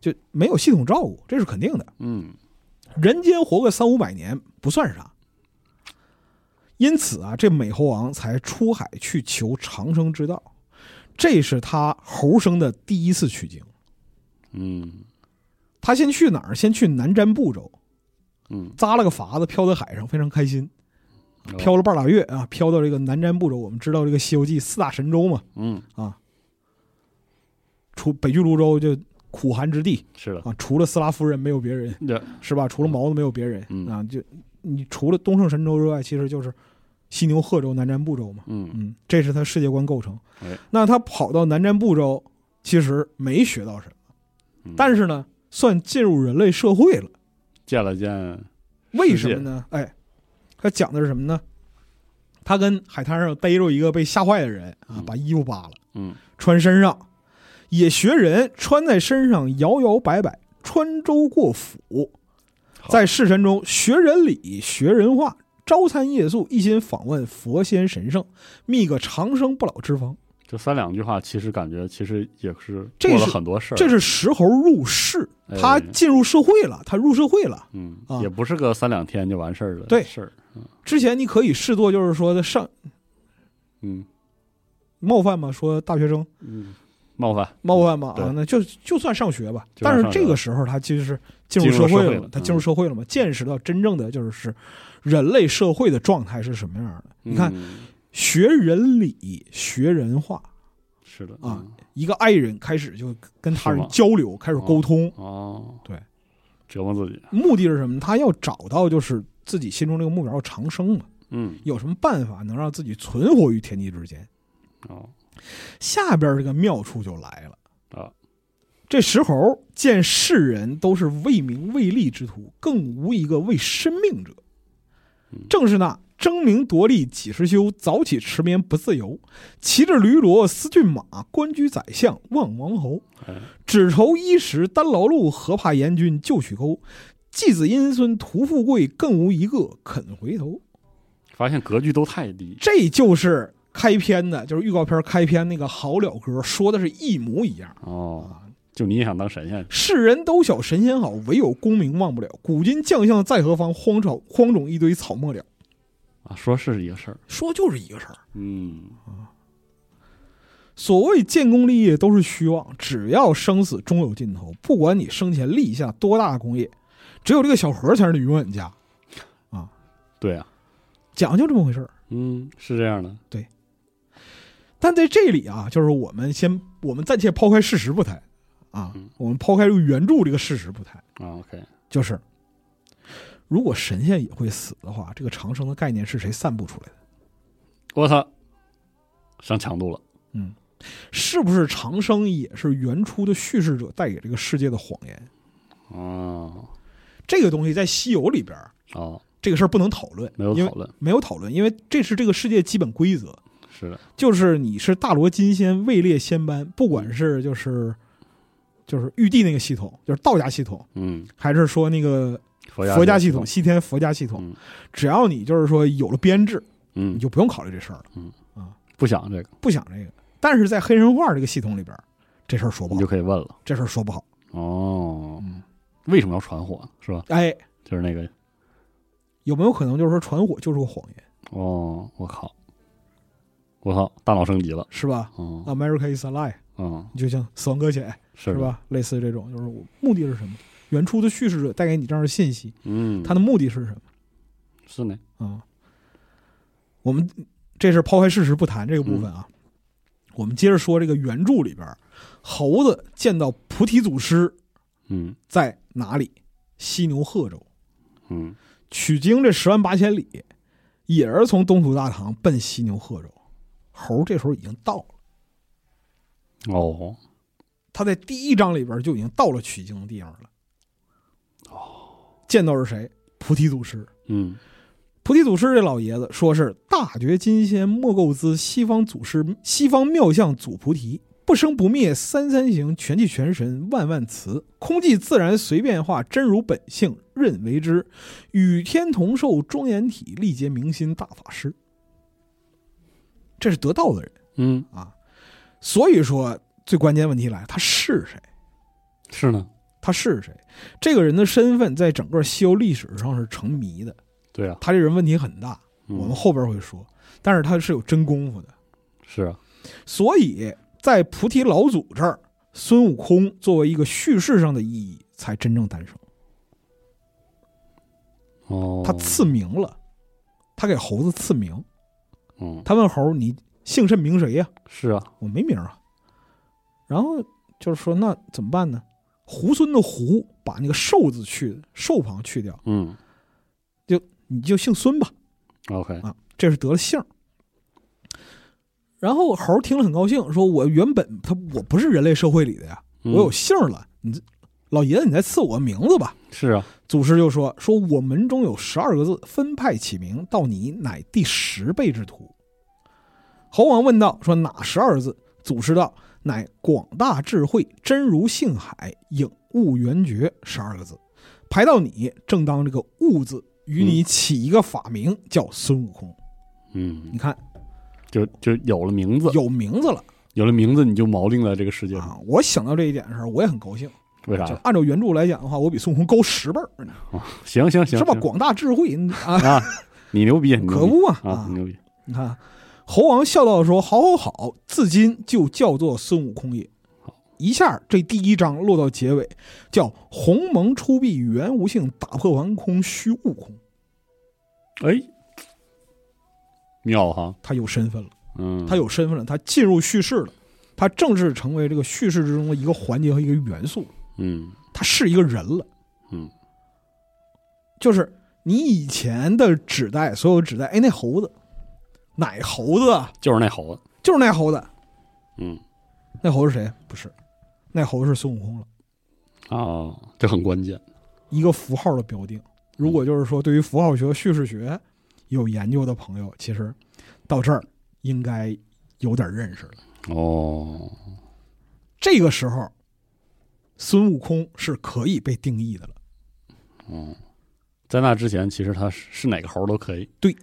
B: 就没有系统照顾，这是肯定的。
C: 嗯
B: 人间活个三五百年不算啥，因此啊，这美猴王才出海去求长生之道，这是他猴生的第一次取经。
C: 嗯
B: 他先去哪儿？先去南瞻部洲，
C: 嗯，
B: 扎了个筏子，漂在海上，非常开心。
C: 哦
B: 漂了半拉月啊，漂到这个南瞻部洲。我们知道这个《西游记》四大神州嘛，啊
C: 嗯，
B: 除北俱泸州就苦寒之地
C: 是的，
B: 啊，除了斯拉夫人没有别人，
C: 这
B: 是吧？除了毛子没有别人、
C: 嗯
B: 啊，就你除了东胜神州之外，其实就是犀牛贺州、南瞻部洲嘛。
C: 嗯
B: 嗯，这是他世界观构成。
C: 哎
B: 那他跑到南瞻部洲，其实没学到什么，
C: 嗯
B: 但是呢，算进入人类社会了。
C: 见了见，
B: 为什么呢？哎，他讲的是什么呢？他跟海滩上逮着一个被吓坏的人啊，
C: 嗯
B: 把衣服扒了，
C: 嗯
B: 穿身上，也学人穿在身上摇摇摆摆，穿州过府，
C: 好
B: 在世神中学人理，学人话，朝餐夜宿，一心访问佛仙神圣，觅个长生不老之方。
C: 这三两句话，其实感觉其实也是
B: 这
C: 做了
B: 是
C: 很多事儿，
B: 这是石猴入世，
C: 哎
B: 他进入社会了，他入社会了。
C: 嗯
B: 啊，
C: 也不是个三两天就完事儿的
B: 对
C: 事儿，
B: 之前你可以视作就是说的上
C: 嗯
B: 冒犯嘛，说大学生
C: 嗯，冒犯，
B: 冒犯吧
C: 对
B: 啊，那就就算上学吧。
C: 就算
B: 但
C: 上学
B: 是这个时候他其实是进入
C: 进入
B: 社会
C: 社
B: 了
C: 会
B: 嘛，
C: 了嗯
B: 他进入社会了嘛，见识到真正的就是是人类社会的状态是什么样的。你看，
C: 嗯
B: 学人理，学人话，
C: 是的
B: 啊，
C: 嗯
B: 一个爱人开始就跟他
C: 是
B: 人
C: 吗
B: 交流，开始沟通，
C: 哦，
B: 对，
C: 折磨自己，
B: 目的是什么？他要找到就是自己心中这个目标，要长生嘛。
C: 嗯
B: 有什么办法能让自己存活于天地之间？
C: 哦
B: 下边这个妙处就来了。
C: 啊，
B: 这石猴见世人都是为名为利之徒，更无一个为生命者
C: 嗯。
B: 正是那争名夺利几时休，早起迟眠不自由。骑着驴骡思骏马，官居宰相望王侯。
C: 哎
B: 只愁衣食单劳碌，何怕阎君旧曲沟。继子阴孙图富贵，更无一个肯回头。
C: 发现格局都太低，
B: 这就是开篇的，就是预告片开篇那个好了歌说的是一模一样
C: 哦，
B: 啊。
C: 就你也想当神仙
B: 世人都晓神仙好，唯有功名忘不了。古今将相在何方？荒草荒冢一堆草没了。
C: 啊？说是一个事儿，
B: 说就是一个事儿。
C: 嗯
B: 所谓建功立业都是虚妄，只要生死终有尽头。不管你生前立下多大的功业，只有这个小河才是你永远家。，
C: 对啊，
B: 讲究这么回事儿。
C: 嗯，是这样的，
B: 但在这里啊，就是我们先，我们暂且抛开事实不谈啊
C: 嗯，
B: 我们抛开这个原著这个事实不谈，
C: 啊，OK，
B: 就是如果神仙也会死的话，这个长生的概念是谁散布出来的？
C: 我操，上强度了，
B: 是不是长生也是原初的叙事者带给这个世界的谎言？
C: 哦
B: 这个东西在《西游》里边儿，
C: 哦，
B: 这个事儿不能讨论，
C: 没有
B: 因
C: 讨
B: 为
C: 论，
B: 没有讨论，因为这是这个世界基本规则，
C: 是的，
B: 就是你是大罗金仙位列仙班，不管是就是就是玉帝那个系统，就是道家系统，
C: 嗯，
B: 还是说那个
C: 佛家
B: 佛家系
C: 系
B: 统、，西天佛家系统，
C: 嗯
B: 只要你就是说有了编制，你
C: 嗯，
B: 就不用考虑这事儿了，
C: 不想这个，
B: 不想这个。但是在黑神话这个系统里边，这事儿说不好
C: 你就，可以问了，
B: 这事儿说不好。
C: 哦
B: 嗯，
C: 为什么要传火是吧？
B: 哎，
C: 就是那个，
B: 有没有可能就是说传火就是个谎言，
C: 哦，我靠，我靠，大脑升级了，
B: 是吧
C: 哦，
B: ？America is a lie，
C: 嗯，
B: 就像《死亡搁浅》
C: 是
B: 是
C: 的？
B: 吧？类似于这种，就是我目的是什么？原初的叙事者带给你这样的信息，
C: 嗯，
B: 他的目的是什么？
C: 是呢，
B: 啊，我们这是抛开事实不谈这个部分
C: 嗯
B: 啊，我们接着说这个原著里边儿，猴子见到菩提祖师
C: 嗯
B: 在哪里？犀牛贺州，
C: 嗯
B: 取经这十万八千里，也是从东土大唐奔犀牛贺州。猴儿这时候已经到了，
C: 哦，
B: 他在第一章里边就已经到了取经的地方了。哦，见到是谁？菩提祖师。
C: 嗯
B: 菩提祖师这老爷子说是大觉金仙莫垢兹西方祖师西方妙相祖菩提不生不灭三三行全气全神万万慈空寂自然随变化真如本性任为之与天同寿庄严体历劫明心大法师，这是得道的人。
C: 嗯，
B: 所以说最关键问题来了，他是谁？
C: 是呢，
B: 他是谁？这个人的身份在整个西游历史上是成谜的，
C: 对啊，
B: 他这人问题很大。
C: 嗯
B: 我们后边会说，但是他是有真功夫的，
C: 是啊，
B: 所以在菩提老祖这儿，孙悟空作为一个叙事上的意义才真正诞生。
C: 哦，
B: 他赐名了，他给猴子赐名。
C: 嗯
B: 他问猴：“你姓甚名谁呀、
C: 是啊，
B: 我没名啊。”然后就是说，那怎么办呢？猢狲的猢，把那个兽字去兽旁去掉，
C: 嗯
B: 你就姓孙吧。
C: ，OK，
B: 啊，这是得了姓儿。然后猴儿听了很高兴，说：“我原本他我不是人类社会里的呀，
C: 嗯
B: 我有姓儿了。你这老爷子，你再赐我个名字吧。
C: 是啊，”
B: 祖师就说：“说我门中有十二个字，分派起名，到你乃第十辈之徒。”猴王问道：“说哪十二字？”祖师道：“乃广大智慧，真如性海，影悟圆觉十二个字，排到你，正当这个悟字，与你起一个法名，叫孙悟空。”
C: 嗯
B: 你，看
C: 就就有了名字，
B: 有名字了
C: 有了名字你就锚定在这个世界上，
B: 啊！我想到这一点的时候，我也很高兴。
C: 为啥
B: 就
C: 呀？
B: 按照原著来讲的话，我比孙悟空高十倍儿呢，
C: 行行行，
B: 是吧？
C: 行
B: 广大智慧嗯啊，
C: 啊，你牛逼，你牛
B: 可
C: 逼
B: 不嘛
C: 啊，
B: 啊
C: 你！牛逼，
B: 你看，猴王笑道说：“好好好，自今就叫做孙悟空也。”一下，这第一章落到结尾，叫“鸿蒙初毕，原无性，打破顽空虚悟空
C: 哎，妙哈”，，
B: 他有身份了，
C: 嗯，
B: 他有身份了，他进入叙事了，他正式成为这个叙事之中的一个环节和一个元素了。
C: 嗯
B: 他是一个人了。
C: 嗯，
B: 就是你以前的指代，所有指代，哎，那猴子，哪猴子啊？
C: 就是那猴子，
B: 就是那猴子，
C: 嗯
B: 那猴子是谁？不是，那猴子是孙悟空了，
C: 啊，这很关键，
B: 一个符号的标定。如果就是说对于符号学、叙事学有研究的朋友，其实到这儿应该有点认识了。
C: 哦，
B: 这个时候，孙悟空是可以被定义的了。
C: 嗯，在那之前，其实他是是哪个猴都可以，
B: 对，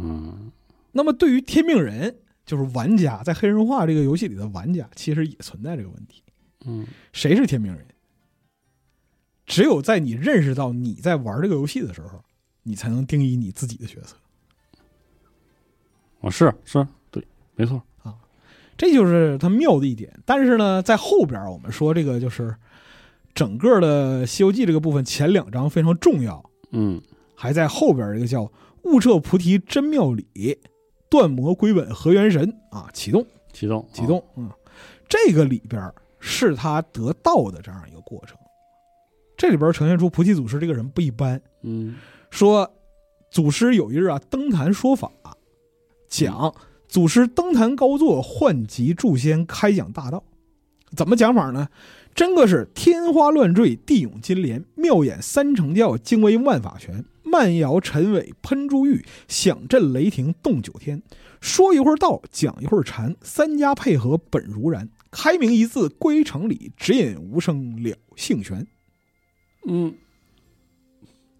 C: 嗯
B: 那么对于天命人，就是玩家在黑神话这个游戏里的玩家，其实也存在这个问题：
C: 嗯，
B: 谁是天命人？只有在你认识到你在玩这个游戏的时候，你才能定义你自己的角色。
C: 哦，是是，对，没错，
B: 这就是它妙的一点。但是呢，在后边我们说这个就是整个的《西游记》这个部分，前两章非常重要，
C: 嗯
B: 还在后边这个叫“悟彻菩提真妙理，断魔归本合元神”啊启动。
C: 启动哦
B: 启动，嗯，这个里边儿是他得道的这样一个过程。这里边儿呈现出菩提祖师这个人不一般，
C: 啊嗯
B: 说祖师有一日啊登坛说法，讲祖师登坛高坐，唤集诸仙开讲大道。怎么讲法呢？真个是天花乱坠，地涌金莲，妙演三乘教，精微万法全，慢摇尘尾喷珠玉，响震雷霆动九天。说一会儿道，讲一会儿禅，三家配合本如然。开明一字归城里，指引无声了性玄。
C: 嗯，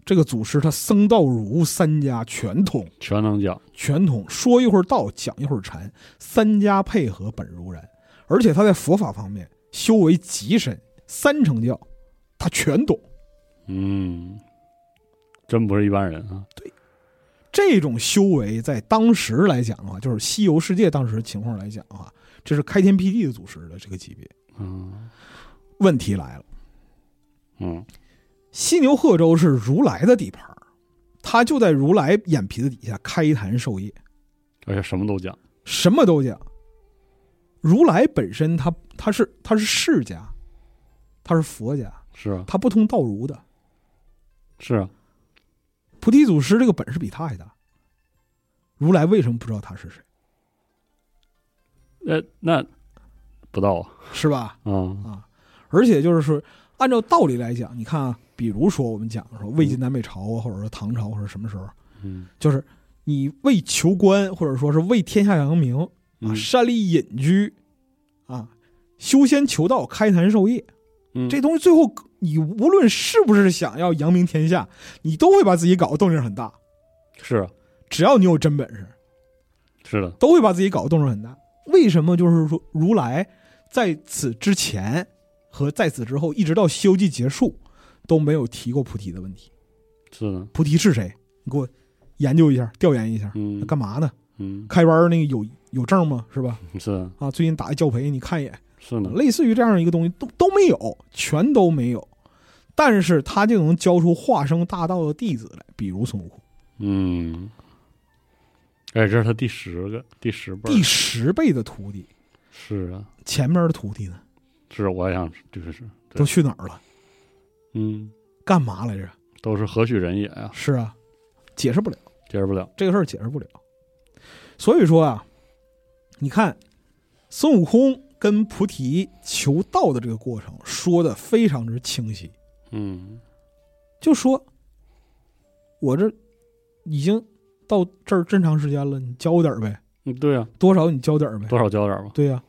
B: 这个祖师他僧道儒三家全通，
C: 全能讲，
B: 全通说一会儿道，讲一会儿禅，三家配合本如然。而且他在佛法方面修为极深，三乘教他全懂。
C: 嗯，真不是一般人啊，
B: 这种修为在当时来讲的话，就是西游世界当时的情况来讲的话，这是开天辟地的祖师的这个级别。
C: 嗯
B: 问题来了。
C: 嗯
B: 犀牛贺州是如来的地盘儿，他就在如来眼皮子底下开坛授业，
C: 而且什么都讲，
B: 什么都讲。如来本身他他是他是释家，他是佛家，
C: 是啊，
B: 他不通道儒的。
C: 是啊，
B: 菩提祖师这个本事比他还大。如来为什么不知道他是谁？
C: 呃，那不到啊，
B: 是吧？
C: 嗯
B: 而且就是说，按照道理来讲，你看啊，比如说我们讲说魏晋南北朝啊，或者说唐朝或者什么时候，
C: 嗯
B: 就是你为求官，或者说是为天下扬名啊，
C: 嗯
B: 擅立隐居啊，修仙求道，开坛授业，
C: 嗯，
B: 这东西最后你无论是不是想要扬名天下，你都会把自己搞得动静很大。
C: 是啊
B: 只要你有真本事，
C: 是的，
B: 都会把自己搞得动静很大。为什么就是说如来在此之前和在此之后，一直到《西游记》结束，都没有提过菩提的问题？
C: 是的，
B: 菩提是谁？你给我研究一下，调研一下，
C: 嗯
B: 干嘛呢？
C: 嗯
B: 开班儿那个有有证吗？是吧？
C: 是的
B: 啊，最近打一教培，你看一眼，
C: 是的，
B: 类似于这样一个东西都都没有，全都没有。但是他就能教出化生大道的弟子来，比如孙悟空，
C: 嗯，哎，这是他第十个第十辈儿
B: 第十辈的徒弟，
C: 是啊
B: 前面的徒弟呢
C: 是啊，我也想就是对
B: 都去哪儿了？
C: 嗯，
B: 干嘛来着？
C: 都是何许人也呀，
B: 是啊，解释不了
C: 解释不了，
B: 这个事儿，解释不了。所以说啊，你看孙悟空跟菩提求道的这个过程说的非常之清晰，
C: 嗯
B: 就说我这已经到这儿这么长时间了，你教我点儿呗，
C: 嗯对啊，
B: 多少你教点儿呗，
C: 多少教点儿吧，
B: 对呀、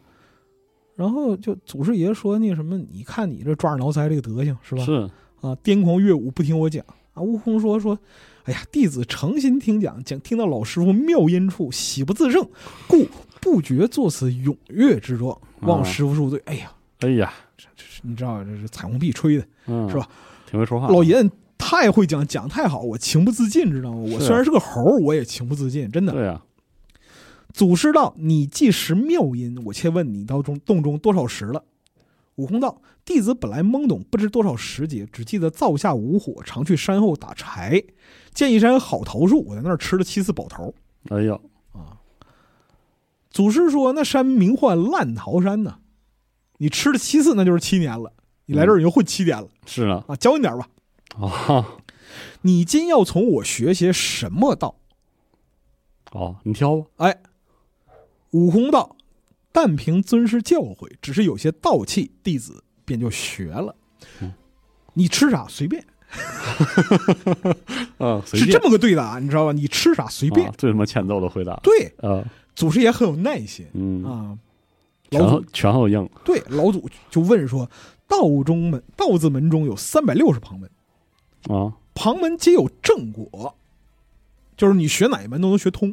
B: 然后就祖师爷说那什么，你看你这抓耳挠腮这个德行是吧？
C: 是
B: 啊，癫狂乐舞不听我讲啊。悟空说说，哎呀，弟子诚心听讲，讲听到老师傅妙音处，喜不自胜，故不觉作此踊跃之状，望
C: 啊
B: 师傅恕罪。哎呀，
C: 哎呀，
B: 这是你知道这是彩虹屁吹的，
C: 嗯
B: 是吧？
C: 挺会说话，
B: 老爷太会讲，讲太好，我情不自禁，知道吗？我
C: 是啊
B: 虽然是个猴儿，我也情不自禁，真的。
C: 对啊呀，
B: 祖师道：“你既识妙音，我且问你到中洞中多少时了？”悟空道：“弟子本来懵懂，不知多少时节，只记得灶下无火，常去山后打柴，见一山好桃树，我在那儿吃了七次宝桃。
C: 哎呦，”
B: 祖师说：“那山名唤烂桃山呢，你吃了七次，那就是七年了。你来这儿已经混七年了、
C: 是呢，
B: 啊，教你点儿吧。
C: 哦 <laughs>
B: 你今要从我学些什么道？”
C: 哦，你挑吧，
B: 悟空哎道：“但凭尊师教诲，只是有些道气，弟子便就学了。
C: 嗯
B: 你吃啥随便，
C: 嗯，随
B: 是
C: 便
B: 这么个对啊答，你知道吧？你吃啥随便。
C: 啊最他妈欠揍的回答，
B: 对，
C: 啊，
B: 祖师爷很有耐心
C: 嗯，
B: 啊。
C: 全
B: 老祖
C: 后全后硬，
B: 对老祖就问说：道中门道字门中有三百六十旁门，
C: 啊，
B: 旁门皆有正果，就是你学哪一门都能学通，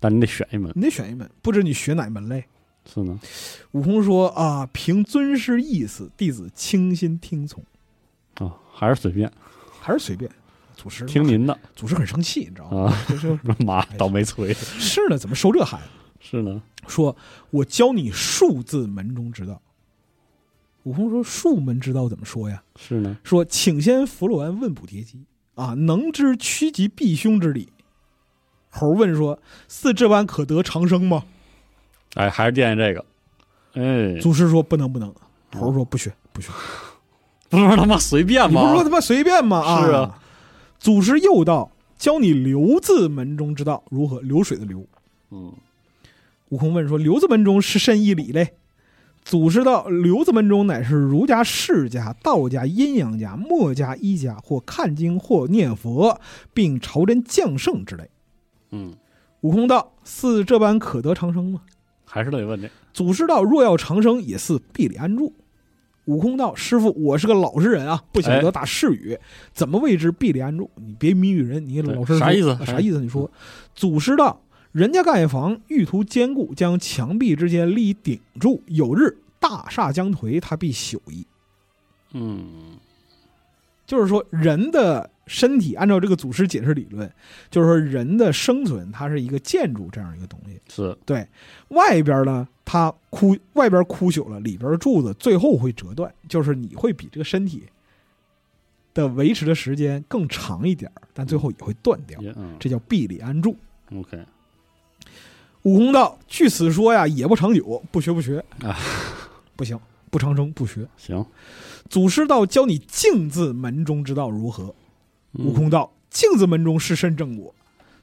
C: 但你得选一门，
B: 你得选一门，不知你学哪门嘞？”
C: 是呢，
B: 悟空说：“啊，凭尊师意思，弟子倾心听从，
C: 啊，还是随便，
B: <laughs> 还是随便。”祖师
C: 听您的
B: 祖师很生气，你知道吗？
C: 啊， <laughs>
B: 就是
C: 妈，倒霉催，
B: 是呢，怎么收这孩子？
C: 是呢，
B: 说我教你数字门中之道。悟空说：“数门之道怎么说呀？
C: 是呢，
B: 说请先伏鸾问卜叠机啊，能知趋吉避凶之理。”猴问说：“似这般可得长生吗
C: 哎，还是惦记这个，哎？”，
B: 祖师说：“不能，不能。”猴说：“不学，不学。
C: 不是说他妈随便
B: 你
C: 吗？
B: 不是说他妈随便吗？啊！”
C: 是啊。
B: 祖师又道：“教你流字门中之道，如何流水的流。”
C: 嗯，
B: 悟空问说：“刘字门中是甚义理嘞？”祖师道：“刘字门中乃是儒家、释家、道家、阴阳家、墨家、医家，或看经，或念佛，并朝真降圣之类。
C: 嗯，”
B: 悟空道：“似这般可得长生吗
C: 还是得问这，？”
B: 祖师道：“若要长生，也似壁里安住。”悟空道：“师傅，我是个老实人啊，不晓
C: 哎
B: 得打世语，怎么谓之壁里安住？你别谜语人，你老实说
C: 对啥意思
B: 啊啥意思？你说。”祖师道：“人家盖房，欲图坚固，将墙壁之间立顶住。有日大厦将颓，他必朽矣。
C: 嗯，”
B: 就是说，人的身体按照这个祖师解释理论，就是说人的生存，它是一个建筑这样一个东西。
C: 是，
B: 外边呢，它枯外边枯朽了，里边的柱子最后会折断，就是你会比这个身体的维持的时间更长一点儿，但最后也会断掉，
C: 也嗯
B: 这叫壁里安住。
C: ，OK，
B: 悟空道：“据此说呀，也不长久，不学不学
C: 啊，
B: 不行，不长生不学。
C: 行，
B: 祖师道教你镜字门中之道如何？
C: 嗯
B: 悟空道：“镜子门中是身正果。”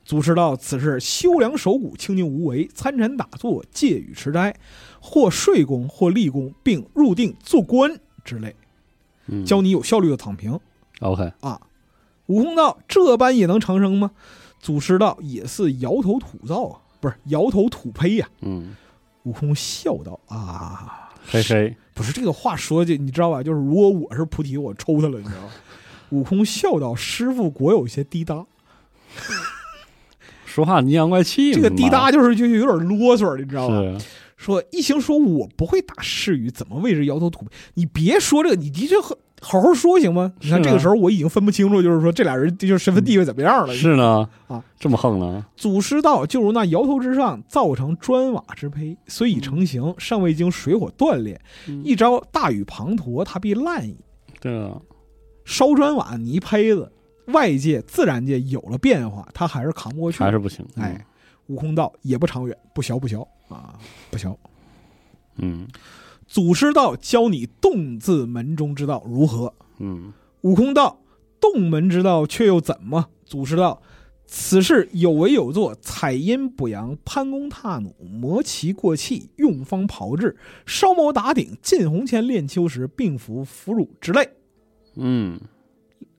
B: 祖师道：“此事修良守骨，清净无为，参禅打坐，戒语持斋，或睡功，或立功，并入定做官之类，
C: 嗯
B: 教你有效率的躺平。
C: OK，
B: 啊。悟空道：“这般也能长生吗？”祖师道：“也是摇头吐灶啊，不是摇头吐胚呀、
C: 嗯，
B: 悟空笑道：“啊，
C: 嘿嘿，
B: 不是这个话说的，你知道吧？就是如果我是菩提，我抽他了，你知道
C: <laughs>
B: 吗？”悟空笑道：“师傅果有些滴答，
C: 说话阴阳怪气嘛，
B: 这个滴答就是就有点啰嗦，你知道吧？
C: 是
B: 说一行说我不会打释语，怎么为之摇头吐？你别说这个，你的确好好好说行吗？你看
C: 是啊
B: 这个时候我已经分不清楚，就是说这俩人就是身份地位怎么样了。
C: 是呢
B: 啊，
C: 这么横呢，
B: 祖师道就如那摇头之上造成砖瓦之胚，虽已成型，尚未经水火锻炼，
C: 嗯
B: 一朝大雨滂沱，它必烂矣。
C: 对啊，
B: 烧砖瓦泥胚子，外界自然界有了变化，它还是扛不过去
C: 还。是不行，嗯
B: 哎，，悟空道也不长远，不消不消啊，不消。
C: 嗯
B: 祖师道教你洞字门中之道如何？
C: 嗯
B: 悟空道：“洞门之道，却又怎么？”祖师道：“此事有为有作，采阴补阳，攀弓踏弩，磨其过气，用方炮制，烧毛打顶，进红前炼秋时，并服腐乳之类，
C: 嗯，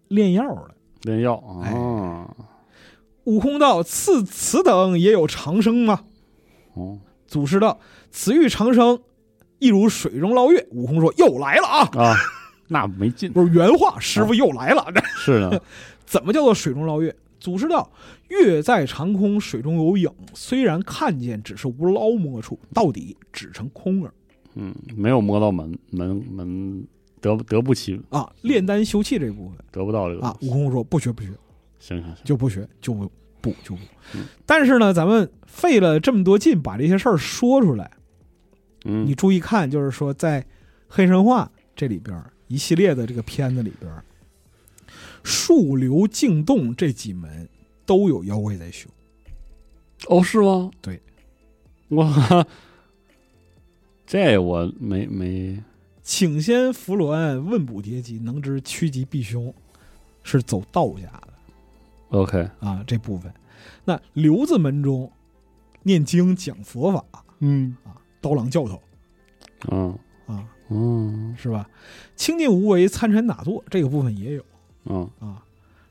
B: 炼药了。
C: 炼药啊，”
B: 悟空道：“赐此等也有长生吗
C: 哦？”
B: 祖师道：“此欲长生，亦如水中捞月。”悟空说：“又来了啊
C: 啊，那没劲！”，
B: 不是原话，师傅又来了。这
C: 是呢，
B: <laughs> 怎么叫做水中捞月？祖师道：月在长空，水中有影。虽然看见，只是无捞摸处，到底只成空耳
C: 嗯，没有摸到门门门，得得不起，
B: 啊！炼丹修气这部分
C: 得不到这个
B: 啊，悟空说不学不学，
C: 行行行，
B: 就不学，就不不就不。但是呢，咱们费了这么多劲把这些事儿说出来，
C: 嗯，
B: 你注意看，就是说在黑神话这里边儿一系列的这个片子里边儿，树流静动这几门都有妖怪在修。
C: 哦，是吗？
B: 对，
C: 我这我没没
B: 请仙扶鸾，问卜叠吉，能知趋吉避凶，是走道家的
C: OK，
B: 啊这部分。那刘字门中念经讲佛法
C: 嗯
B: 啊，刀郎教头
C: 嗯
B: 啊，
C: 嗯
B: 是吧？清净无为，参禅打坐这个部分也有
C: 嗯，
B: 啊。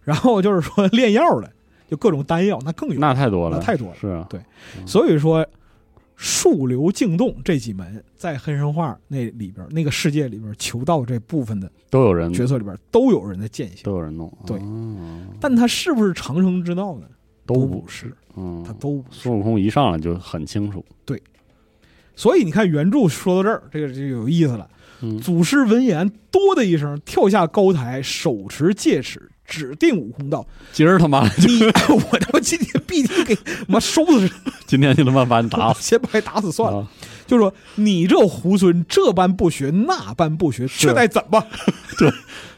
B: 然后就是说炼药的，就各种丹药，那更有，
C: 那太多了，
B: 那太多了
C: 是啊，
B: 所以说，树流静动这几门在黑神话那里边那个世界里边求道这部分的
C: 都有人
B: 角色里边都有人在践行，
C: 嗯都有人弄，
B: 对
C: 啊
B: 但它是不是长生之道呢？
C: 都
B: 不
C: 不
B: 是，
C: 嗯
B: 他，都不是。
C: 孙悟空一上来就很清
B: <laughs>
C: 楚，
B: 所以你看原著说到这儿，这个就有意思了。
C: 嗯
B: 祖师闻言，哆的一声跳下高台，手持戒尺，指定悟空道 <coughs>
C: 今儿他妈：“
B: 你我他妈今天必定给妈收拾你，
C: 今天就他妈把你打死
B: 先把你打死算了。
C: 啊！
B: 就说你这猢狲这般不学，那般不学，
C: 是
B: 却待怎么？
C: <laughs>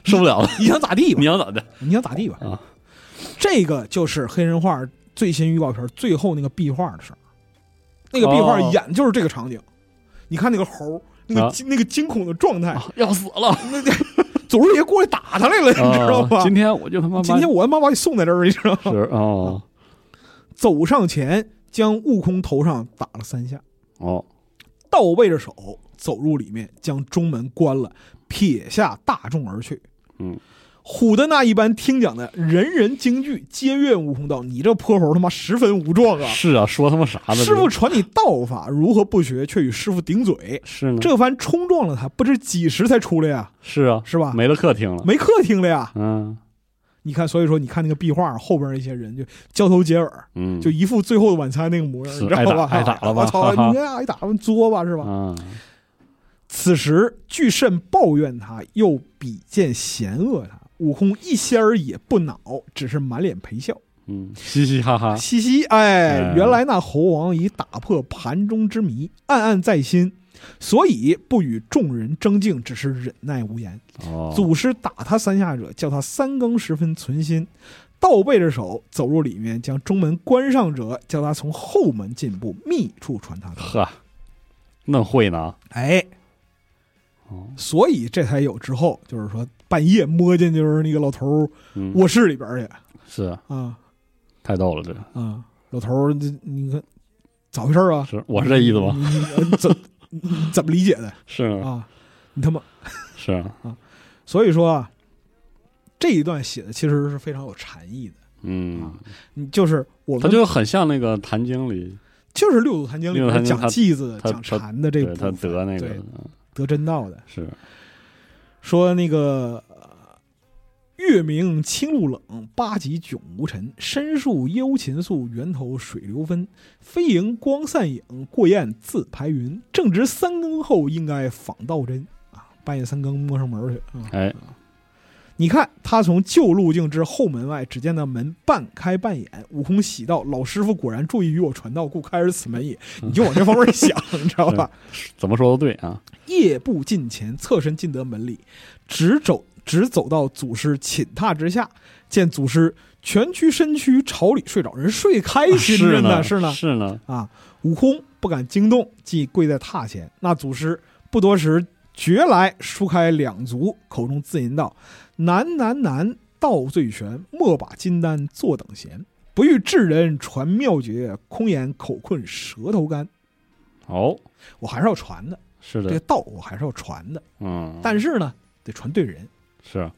C: 受不了了，
B: <laughs> 你想咋地吧
C: 你？想咋的？
B: 你想咋地吧？
C: 啊
B: 这个就是黑人画最新预告片最后那个壁画的事儿。那个壁画
C: 哦
B: 演就是这个场景，你看那个猴儿，那个
C: 啊
B: 惊、那个惊恐的状态，
C: 啊要死了！
B: 那那祖师爷过来打他来了， <laughs> 你知道
C: 啊
B: 吗？
C: 今天我就他妈把
B: 今天我啊他妈把你送在这儿，你知道吗？
C: 是哦
B: 走上前，将悟空头上打了三下，
C: 哦，
B: 倒背着手走入里面，将中门关了，撇下大众而去。
C: 嗯，
B: 唬的那一般听讲的，人人惊惧，皆怨悟空道：“你这泼猴他妈十分无状啊！
C: 是啊，说他妈啥呢？
B: 师傅传你道法，如何不学，却与师傅顶嘴？
C: 是呢，
B: 这番冲撞了他，不知几时才出来呀、
C: 是啊，
B: 是吧？
C: 没了客厅了，
B: 没客厅了呀！
C: 嗯
B: 你看，所以说你看那个壁画后边那些人就交头接耳，
C: 嗯，
B: 就一副最后的晚餐那个模样，
C: 是
B: 你知道吧？
C: 挨打挨打了吧
B: 我操，
C: 哈哈
B: 你那挨打吧，作吧是吧？
C: 啊，
B: 此时巨甚抱怨他，又比见嫌恶他。悟空一仙儿也不恼，只是满脸陪笑，
C: 嗯，嘻嘻哈哈，
B: 嘻嘻。哎，
C: 哎
B: 原来那猴王已打破盘中之谜，暗暗在心，所以不与众人争竞，只是忍耐无言。
C: 哦，
B: 祖师打他三下者，叫他三更时分存心。倒背着手走入里面，将中门关上者，叫他从后门进步，密处传他的。
C: 呵，那会呢？
B: 哎，
C: 哦，
B: 所以这才有之后，就是说半夜摸进就是那个老头儿
C: 嗯，
B: 卧室里边儿去
C: 是
B: 啊
C: 太逗了，这
B: 啊！老头儿，这你看咋回事儿啊？
C: 是我是这意思吗？嗯
B: 你？你你怎你怎么理解的
C: 是
B: 啊？你他妈！
C: 是，啊
B: 所以说啊，这一段写的其实是非常有禅意的。啊
C: 嗯，
B: 你就是我
C: 他
B: 们
C: 就很像那个《坛经》里，
B: 就是《六祖坛经》里
C: 六祖
B: 边讲
C: 坛经
B: 偈子、
C: 他
B: 讲禅的这
C: 对
B: 个
C: 他得那个
B: 对得真道的，
C: 是，
B: 说那个呃月明清露冷，八极迥无尘。深树幽禽宿，源头水流分。飞萤光散影，过雁自排云。正值三更后，应该访道真啊！半夜三更摸上门去啊！
C: 哎，
B: 你看他从旧路径之后门外，只见那门半开半掩。悟空喜道：“老师傅果然注意于我传道，故开而此门也。”你就往这方面想，你知道吧？
C: 怎么说都对啊，
B: 夜步近前，侧身进得门里，直走直走到祖师寝榻之下，见祖师蜷曲身躯朝里睡着，人睡开心着
C: 呢，
B: 是呢
C: 是呢，
B: 啊！悟空不敢惊动，即跪在榻前。那祖师不多时觉来，舒开两足，口中自吟道：“难难难，道最玄，莫把金丹坐等闲。不欲智人传妙诀，空言口困舌头干。
C: 哦，”
B: 我还是要传的，
C: 是
B: 这个
C: 的，
B: 道我还是要传的。
C: 嗯，
B: 但是呢，得传对人。
C: 是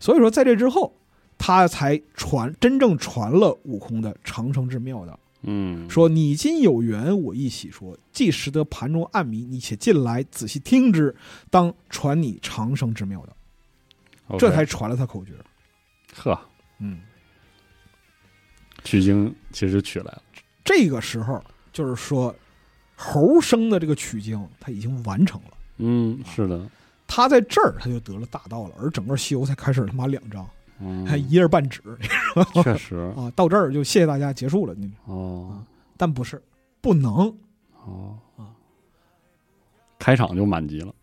B: 所以说，在这之后，他才传真正传了悟空的长生之妙道，
C: 嗯，
B: 说你今有缘，我亦喜说，既识得盘中暗谜，你且进来仔细听之，当传你长生之妙道。
C: OK，
B: 这才传了他口诀。
C: 呵，
B: 嗯，
C: 取经其实取来了，
B: 这个时候就是说，猴生的这个取经他已经完成了。
C: 嗯，是的，
B: 他在这儿他就得了大道了，而整个西游才开始他妈两章，
C: 嗯，
B: 还一页半纸
C: 确实，
B: 啊！到这儿就谢谢大家，结束了。你
C: 哦
B: 但不是，不能，
C: 哦
B: 啊，
C: 开场就满级了，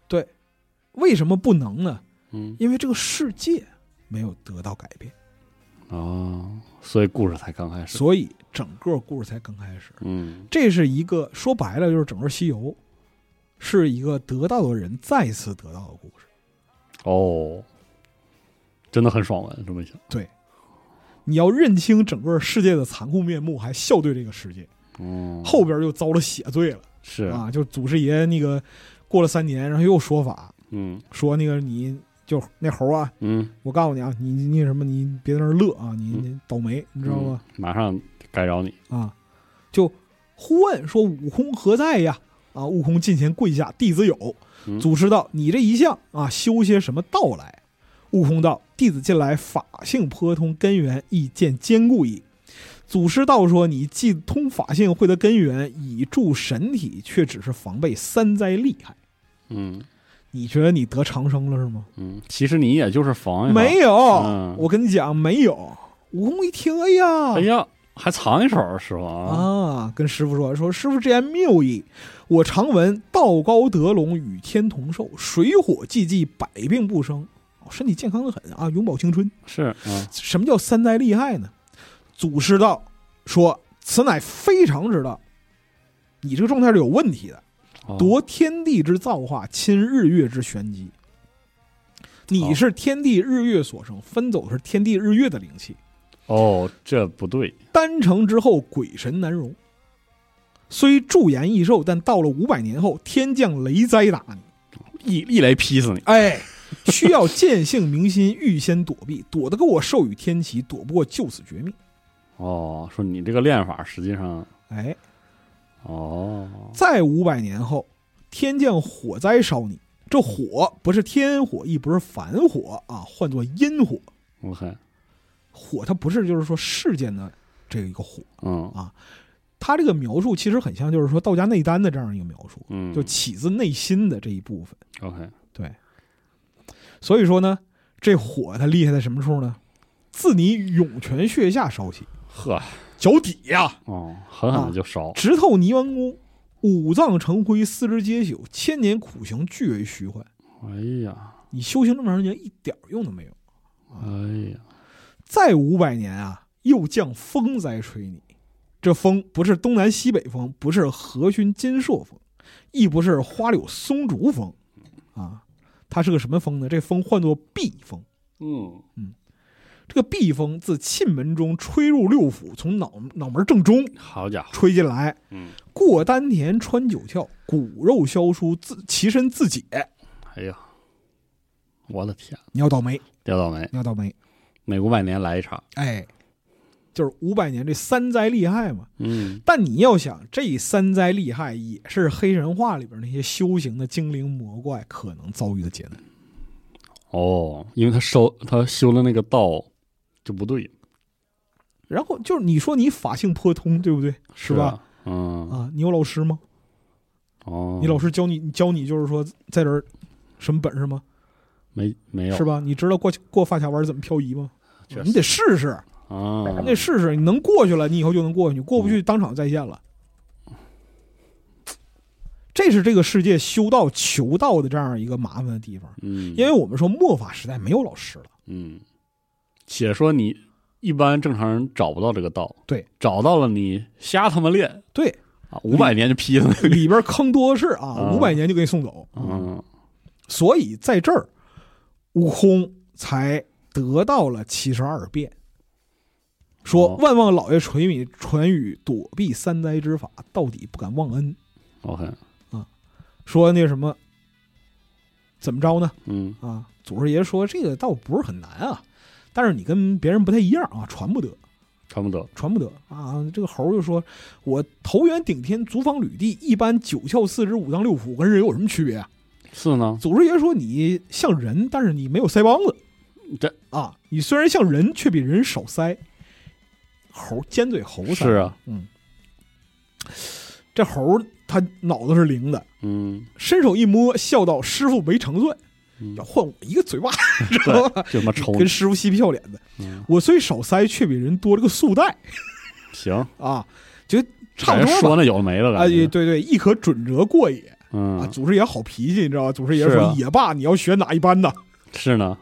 B: 为什么不能呢？
C: 嗯，
B: 因为这个世界没有得到改变，
C: 哦，所以故事才刚开
B: 嗯
C: 始，
B: 所以整个故事才刚开始。
C: 嗯，
B: 这是一个说白了就是整个西游，是一个得到的人再次得到的故事。
C: 哦，真的很爽文，这么一想，
B: 对，你要认清整个世界的残酷面目，还笑对这个世界。
C: 嗯，
B: 后边就遭了血罪了
C: 是，
B: 啊！就是祖师爷那个过了三年，然后又说法
C: 嗯
B: 说那个你就那猴啊，
C: 嗯，
B: 我告诉你啊，你你什么你别在那儿乐啊，你你倒霉，你知道吗？
C: 嗯？马上该着你，
B: 啊，就呼问说：“悟空何在呀？”啊，悟空近前跪下，弟子有。
C: 嗯
B: 祖师道：“你这一向啊，修些什么道来？”悟空道：“弟子近来法性颇通，根源亦见坚固矣。”祖师道说：“你既通法性，会得根源，以助神体，却只是防备三灾厉害。
C: 嗯
B: 你觉得你得长生了是吗？
C: 嗯，其实你也就是防一防，
B: 没有，
C: 哎嗯
B: 我跟你讲，没有。”悟空一听，哎呀，
C: 哎呀，还藏一手，师傅啊，
B: 啊，跟师傅说说，师傅之言谬矣。我常闻道高德隆，与天同寿，水火既济，百病不生，哦身体健康的很啊，永葆青春。
C: 是啊，
B: 什么叫三灾厉害呢？祖师道说，此乃非常之道，你这个状态是有问题的，
C: 哦
B: 夺天地之造化，侵日月之玄机。你
C: 哦
B: 是天地日月所生，分走的是天地日月的灵气。
C: 哦，这不对，
B: 丹成之后，鬼神难容。虽驻颜益寿，但到了五百年后，天降雷灾打你，
C: 一一雷劈死你，
B: 哎，需要见性明心，预先躲避，躲得过我授予天启，躲不过就此绝命。
C: 哦，说你这个练法实际上，
B: 哎，
C: 哦，
B: 再五百年后，天降火灾烧你，这火不是天火，亦不是凡火啊，唤作阴火。
C: 我看，
B: 火它不是就是说世间的这个一个火，
C: 嗯
B: 它这个描述其实很像就是说道家内丹的这样一个描述，
C: 嗯，
B: 就起自内心的这一部分。
C: OK，
B: 所以说呢，这火它厉害在什么处呢？自你涌泉穴下烧起，
C: 呵，
B: 脚底呀、
C: 哦，狠狠的就烧，
B: 直透泥丸宫，五脏成灰，四肢皆朽，千年苦行，俱为虚幻。
C: 哎呀，
B: 你修行这么长时间，一点儿用都没有。
C: 哎呀，
B: 再五百年啊，又降风灾吹你。这风不是东南西北风，不是和煦金朔风，亦不是花柳松竹风，啊，它是个什么风呢？这风唤作避风。
C: 嗯，
B: 这个避风自沁门中吹入六腑，从脑脑门正中
C: 好家伙，
B: 吹进来，
C: 嗯，
B: 过丹田穿九窍，骨肉消疏，自其身自解。
C: 哎呀，我的天，
B: 你要倒霉，
C: 掉倒霉，
B: 你要倒霉，
C: 每五百年来一场，
B: 哎，就是五百年这三灾厉害嘛。
C: 嗯，
B: 但你要想，这三灾厉害也是黑神话里边那些修行的精灵魔怪可能遭遇的劫难。
C: 哦，因为他收他修了那个道就不对，
B: 然后就是你说你法性颇通，对不对？是吧？
C: 啊？嗯，
B: 啊，你有老师吗？
C: 哦，
B: 你老师教你，你教你就是说在这儿什么本事吗？
C: 没没有
B: 是吧？你知道过过发卡弯怎么漂移吗？
C: 确
B: 你
C: 实
B: 得试试，
C: 啊，
B: 你得试试。你能过去了，你以后就能过去；你过不去，当场再见了。这是这个世界修道求道的这样一个麻烦的地方，
C: 嗯，
B: 因为我们说末法时代没有老师了。
C: 嗯，且说你一般正常人找不到这个道，
B: 对，
C: 找到了你瞎他妈练
B: 对，
C: 啊，五百年就劈了。
B: 里边坑多的是啊，
C: 啊
B: 五百年就给你送走。
C: 嗯，
B: 所以在这儿，悟空才得到了七十二变，说
C: 哦
B: 万望老爷垂悯，传语躲避三灾之法，到底不敢忘恩。
C: OK，
B: 说那什么，怎么着呢？
C: 嗯
B: 啊，祖师爷说这个倒不是很难啊，但是你跟别人不太一样啊，传不得。
C: 差不多。
B: 传不得啊！这个猴儿就说：“我头圆顶天，足方履地，一般九窍四肢，五脏六腑，跟人有什么区别啊？”
C: 是呢，
B: 祖师爷说你像人，但是你没有腮帮子。
C: 这
B: 啊，你虽然像人，却比人少腮。猴尖嘴猴腮
C: 是，啊，
B: 嗯，这猴儿他脑子是灵的，
C: 嗯，
B: 伸手一摸，笑道：“师傅没成算，
C: 嗯
B: 要换我一个嘴
C: <laughs>
B: 巴，知道吧
C: 对，就他妈抽？”你
B: 跟，师傅嬉皮笑脸的，
C: 嗯
B: 我虽少腮，却比人多了个束带
C: 行，
B: 啊，就差
C: 还
B: 不多吧。
C: 说那有的没了
B: 啊，
C: 感
B: 也
C: 觉，
B: 对对，亦可准则过也啊。
C: 嗯，
B: 祖师爷好脾气，你知道吧？祖师爷
C: 是
B: 说
C: 啊：“
B: 也罢，你要学哪一班呢？”
C: 是呢，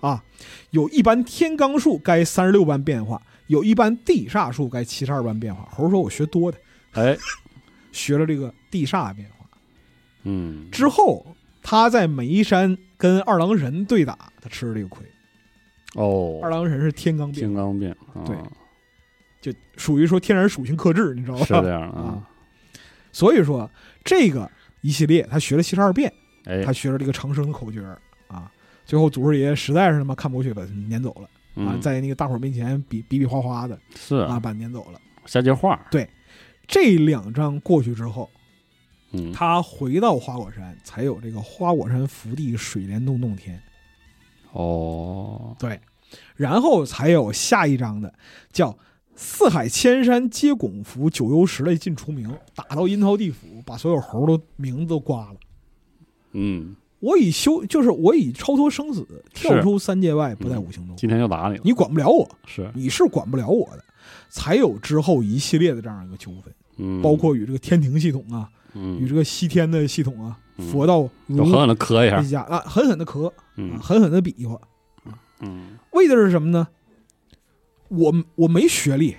B: 有一般天罡术该三十六般变化，有一般地煞术该七十二般变化。猴儿说：“我学多的，
C: 哎，
B: 学了这个地煞变化
C: 嗯，
B: 之后，他在眉山跟二郎神对打，他吃了这个亏。
C: 哦
B: 二，郎神是天罡
C: 天
B: 变，
C: 罡变，啊
B: 对就属于说天然属性克制，你知道
C: 是这
B: 吧？
C: 样啊，
B: 所以说这个一系列，他学了七十二变，
C: 哎
B: 他，学了这个长生的口诀儿啊。最后祖师爷实在是他妈看不过去，把他撵走了啊，
C: 嗯，
B: 在那个大伙儿面前比比比划划的
C: 是
B: 啊，把他撵走了。
C: 下接话，
B: 这两章过去之后。
C: 嗯，
B: 他回到花果山，才有这个花果山福地水帘洞洞天，
C: 哦，
B: 然后才有下一章的叫四海千山皆拱伏，九幽十类尽除名，打到阴曹地府，把所有猴都名字都刮了。
C: 嗯，
B: 我已修，就是我已超脱生死，跳
C: 是
B: 出三界外，不在五行中。
C: 今天就打你了，
B: 你管不了我，
C: 是，
B: 你是管不了我的，才有之后一系列的这样一个纠纷，
C: 嗯，
B: 包括与这个天庭系统啊，
C: 嗯
B: 与这个西天的系统啊，
C: 嗯
B: 佛道
C: 就
B: 儒
C: 狠狠的磕一下
B: 一，家啊，狠狠的磕，啊
C: 嗯
B: 狠狠的比划。
C: 嗯，
B: 为的是什么呢？我我没学历，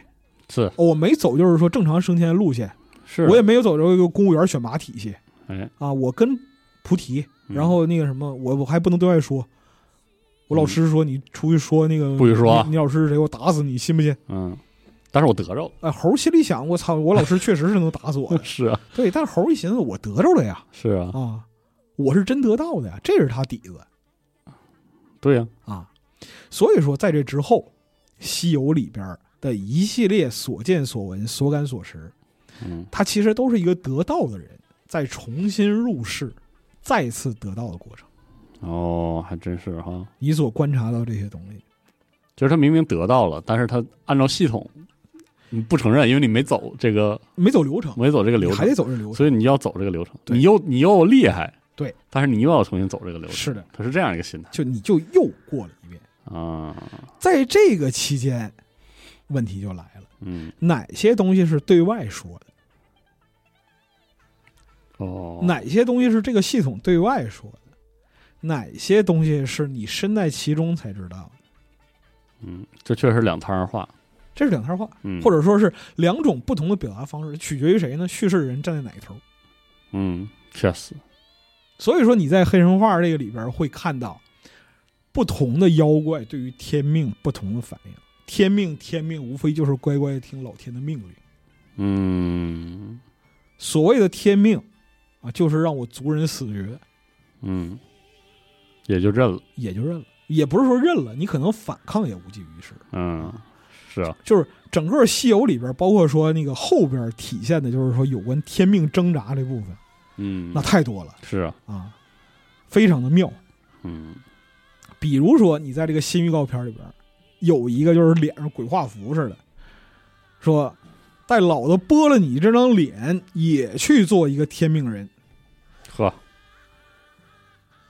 C: 是
B: 我没走就是说正常升迁的路线，
C: 是，啊
B: 我也没有走这个公务员选拔体系
C: 哎，
B: 啊。我跟菩提，
C: 嗯
B: 然后那个什么，我我还不能对外说。我老师说你出去说那个
C: 嗯不许说啊
B: 你你老师是谁，我打死你，信不信？
C: 嗯，但是我得着了，
B: 哎，猴心里想，我操，我老师确实是能打死
C: <laughs>
B: 我的。
C: 是啊，
B: 对，但是猴一寻思，我得着了呀，
C: 是啊，
B: 啊，我是真得到的呀，这是他底子。
C: 对呀、
B: 啊。所以说，在这之后，《西游》里边的一系列所见所闻、所感所识，
C: 嗯，
B: 他其实都是一个得道的人在重新入世、再次得道的过程。
C: 哦，还真是哈，
B: 你所观察到这些东西，
C: 就是他明明得到了，但是他按照系统，你不承认，因为你没走这个，
B: 没走流程，
C: 没走这个流
B: 嗯你还
C: 程
B: 得，走这流程。
C: 所以你要走这个流程，
B: 对
C: 你又你又厉害，
B: 对，
C: 但是你又要重新走这个流程，
B: 是的，
C: 他是这样一个心态
B: 就你就又过了一遍。
C: 啊，
B: 在这个期间，问题就来了：
C: 嗯，
B: 哪些东西是对外说的？
C: 哦，
B: 哪些东西是这个系统对外说的，哪些东西是你身在其中才知道的，
C: 嗯，这确实两摊儿话，
B: 这是两套话，
C: 嗯，
B: 或者说是两种不同的表达方式，取决于谁呢？叙事人站在哪一头。
C: 嗯，确实，
B: 所以说你在黑神话这个里边会看到不同的妖怪对于天命不同的反应。天命，天命，无非就是乖乖听老天的命令。
C: 嗯
B: 所谓的天命啊，就是让我族人死绝，
C: 嗯，也就认了，
B: 也就认了。也不是说认了，你可能反抗也无济于事。
C: 嗯，是啊，
B: 就是整个西游里边，包括说那个后边体现的，就是说有关天命挣扎这部分，
C: 嗯
B: 那，太多了
C: 是啊，
B: 啊，非常的妙。
C: 嗯
B: 比如说你在这个新预告片里边，有一个就是脸上鬼画符似的，说待老子剥了你这张脸，也去做一个天命人，
C: 呵，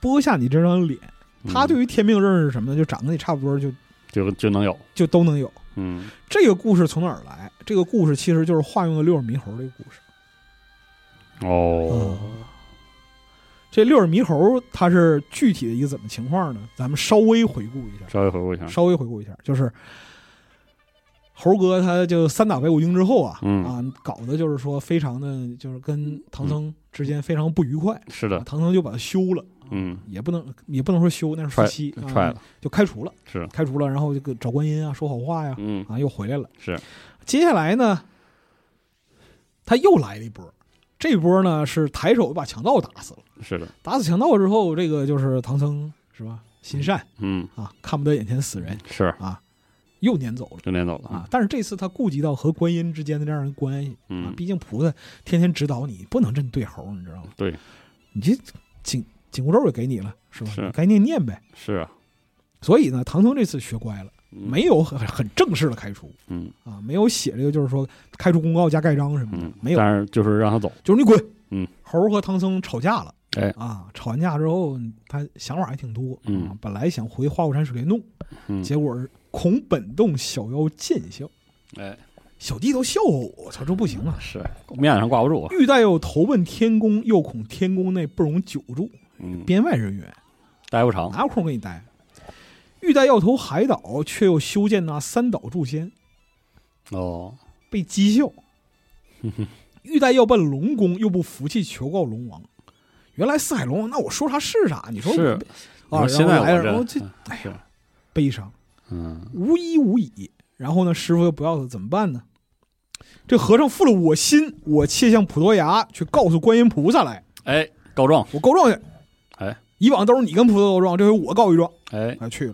B: 剥下你这张脸。
C: 嗯
B: 他对于天命认识是什么呢？就长得你差不多就
C: 就就能有，
B: 就都能有。
C: 嗯
B: 这个故事从哪儿来？这个故事其实就是化用的六耳猕猴这个故事。嗯
C: 哦，
B: 这六耳猕猴它是具体的一个怎么情况呢？咱们稍微回顾一下，
C: 稍微回顾一下，
B: 稍微回顾一下，就是猴哥他就三打白骨精之后啊，
C: 嗯
B: 啊，搞得就是说非常的，就是跟唐僧之间非常不愉快，
C: 是
B: 啊
C: 的，
B: 唐僧就把他休了，
C: 嗯，
B: 也不能也不能说休，那是夫妻，啊
C: 踹了，
B: 就开除了，
C: 是，
B: 开除了，然后这个找观音啊，说好话呀，
C: 嗯
B: 啊，又回来了。
C: 是，
B: 接下来呢，他又来了一波，这波呢是抬手把强盗打死了，
C: 是的，
B: 打死强盗之后，这个就是唐僧是吧？心善
C: 嗯
B: 啊，看不得眼前死人
C: 是，
B: 啊，又撵走了。
C: 就撵走了
B: 啊，，但是这次他顾及到和观音之间的这样的关系啊
C: 嗯，
B: 毕竟菩萨天天指导你，不能这么对猴儿，你知道吗？
C: 对，
B: 你这紧紧箍咒也给你了，是吧？
C: 是
B: 你该念念呗。
C: 是啊，
B: 所以呢，唐僧这次学乖了，
C: 嗯
B: 没有很很正式的开除
C: 嗯
B: 啊，没有写这个就是说开除公告加盖章什么的
C: 嗯，，
B: 没有，
C: 但是就是让他走，
B: 就是你滚。
C: 嗯，
B: 猴儿和唐僧吵架了。
C: 哎
B: 啊，吵完架之后，他想法还挺多。
C: 嗯
B: 啊，本来想回花果山水帘洞，
C: 嗯，
B: 结果恐本洞小妖见笑，
C: 哎，
B: 小弟都笑话我，我操，这不行啊！
C: 是面子上挂不住，啊
B: 欲待又投奔天宫，又恐天宫内不容久住，
C: 嗯，
B: 编外人员
C: 待不长，
B: 哪有空给你待？欲待要投海岛，却又修建那三岛筑仙，
C: 哦，
B: 被讥笑。欲待要奔龙宫，又不服气，求告龙王。原来四海龙王，那我说啥是啥？你说我
C: 是
B: 啊，
C: 我
B: 然后
C: 现在
B: 来
C: 我
B: 了，然后这
C: 这，嗯
B: 哎
C: 是
B: 呀，悲伤
C: 嗯，
B: 无依无倚。然后呢，师傅又不要他，怎么办呢？这和尚负了我心，我切向普陀崖去告诉观音菩萨来，
C: 哎，告状，
B: 我告状去。
C: 哎，
B: 以往都是你跟菩萨告状，这回我告一状。
C: 哎，
B: 啊，去了，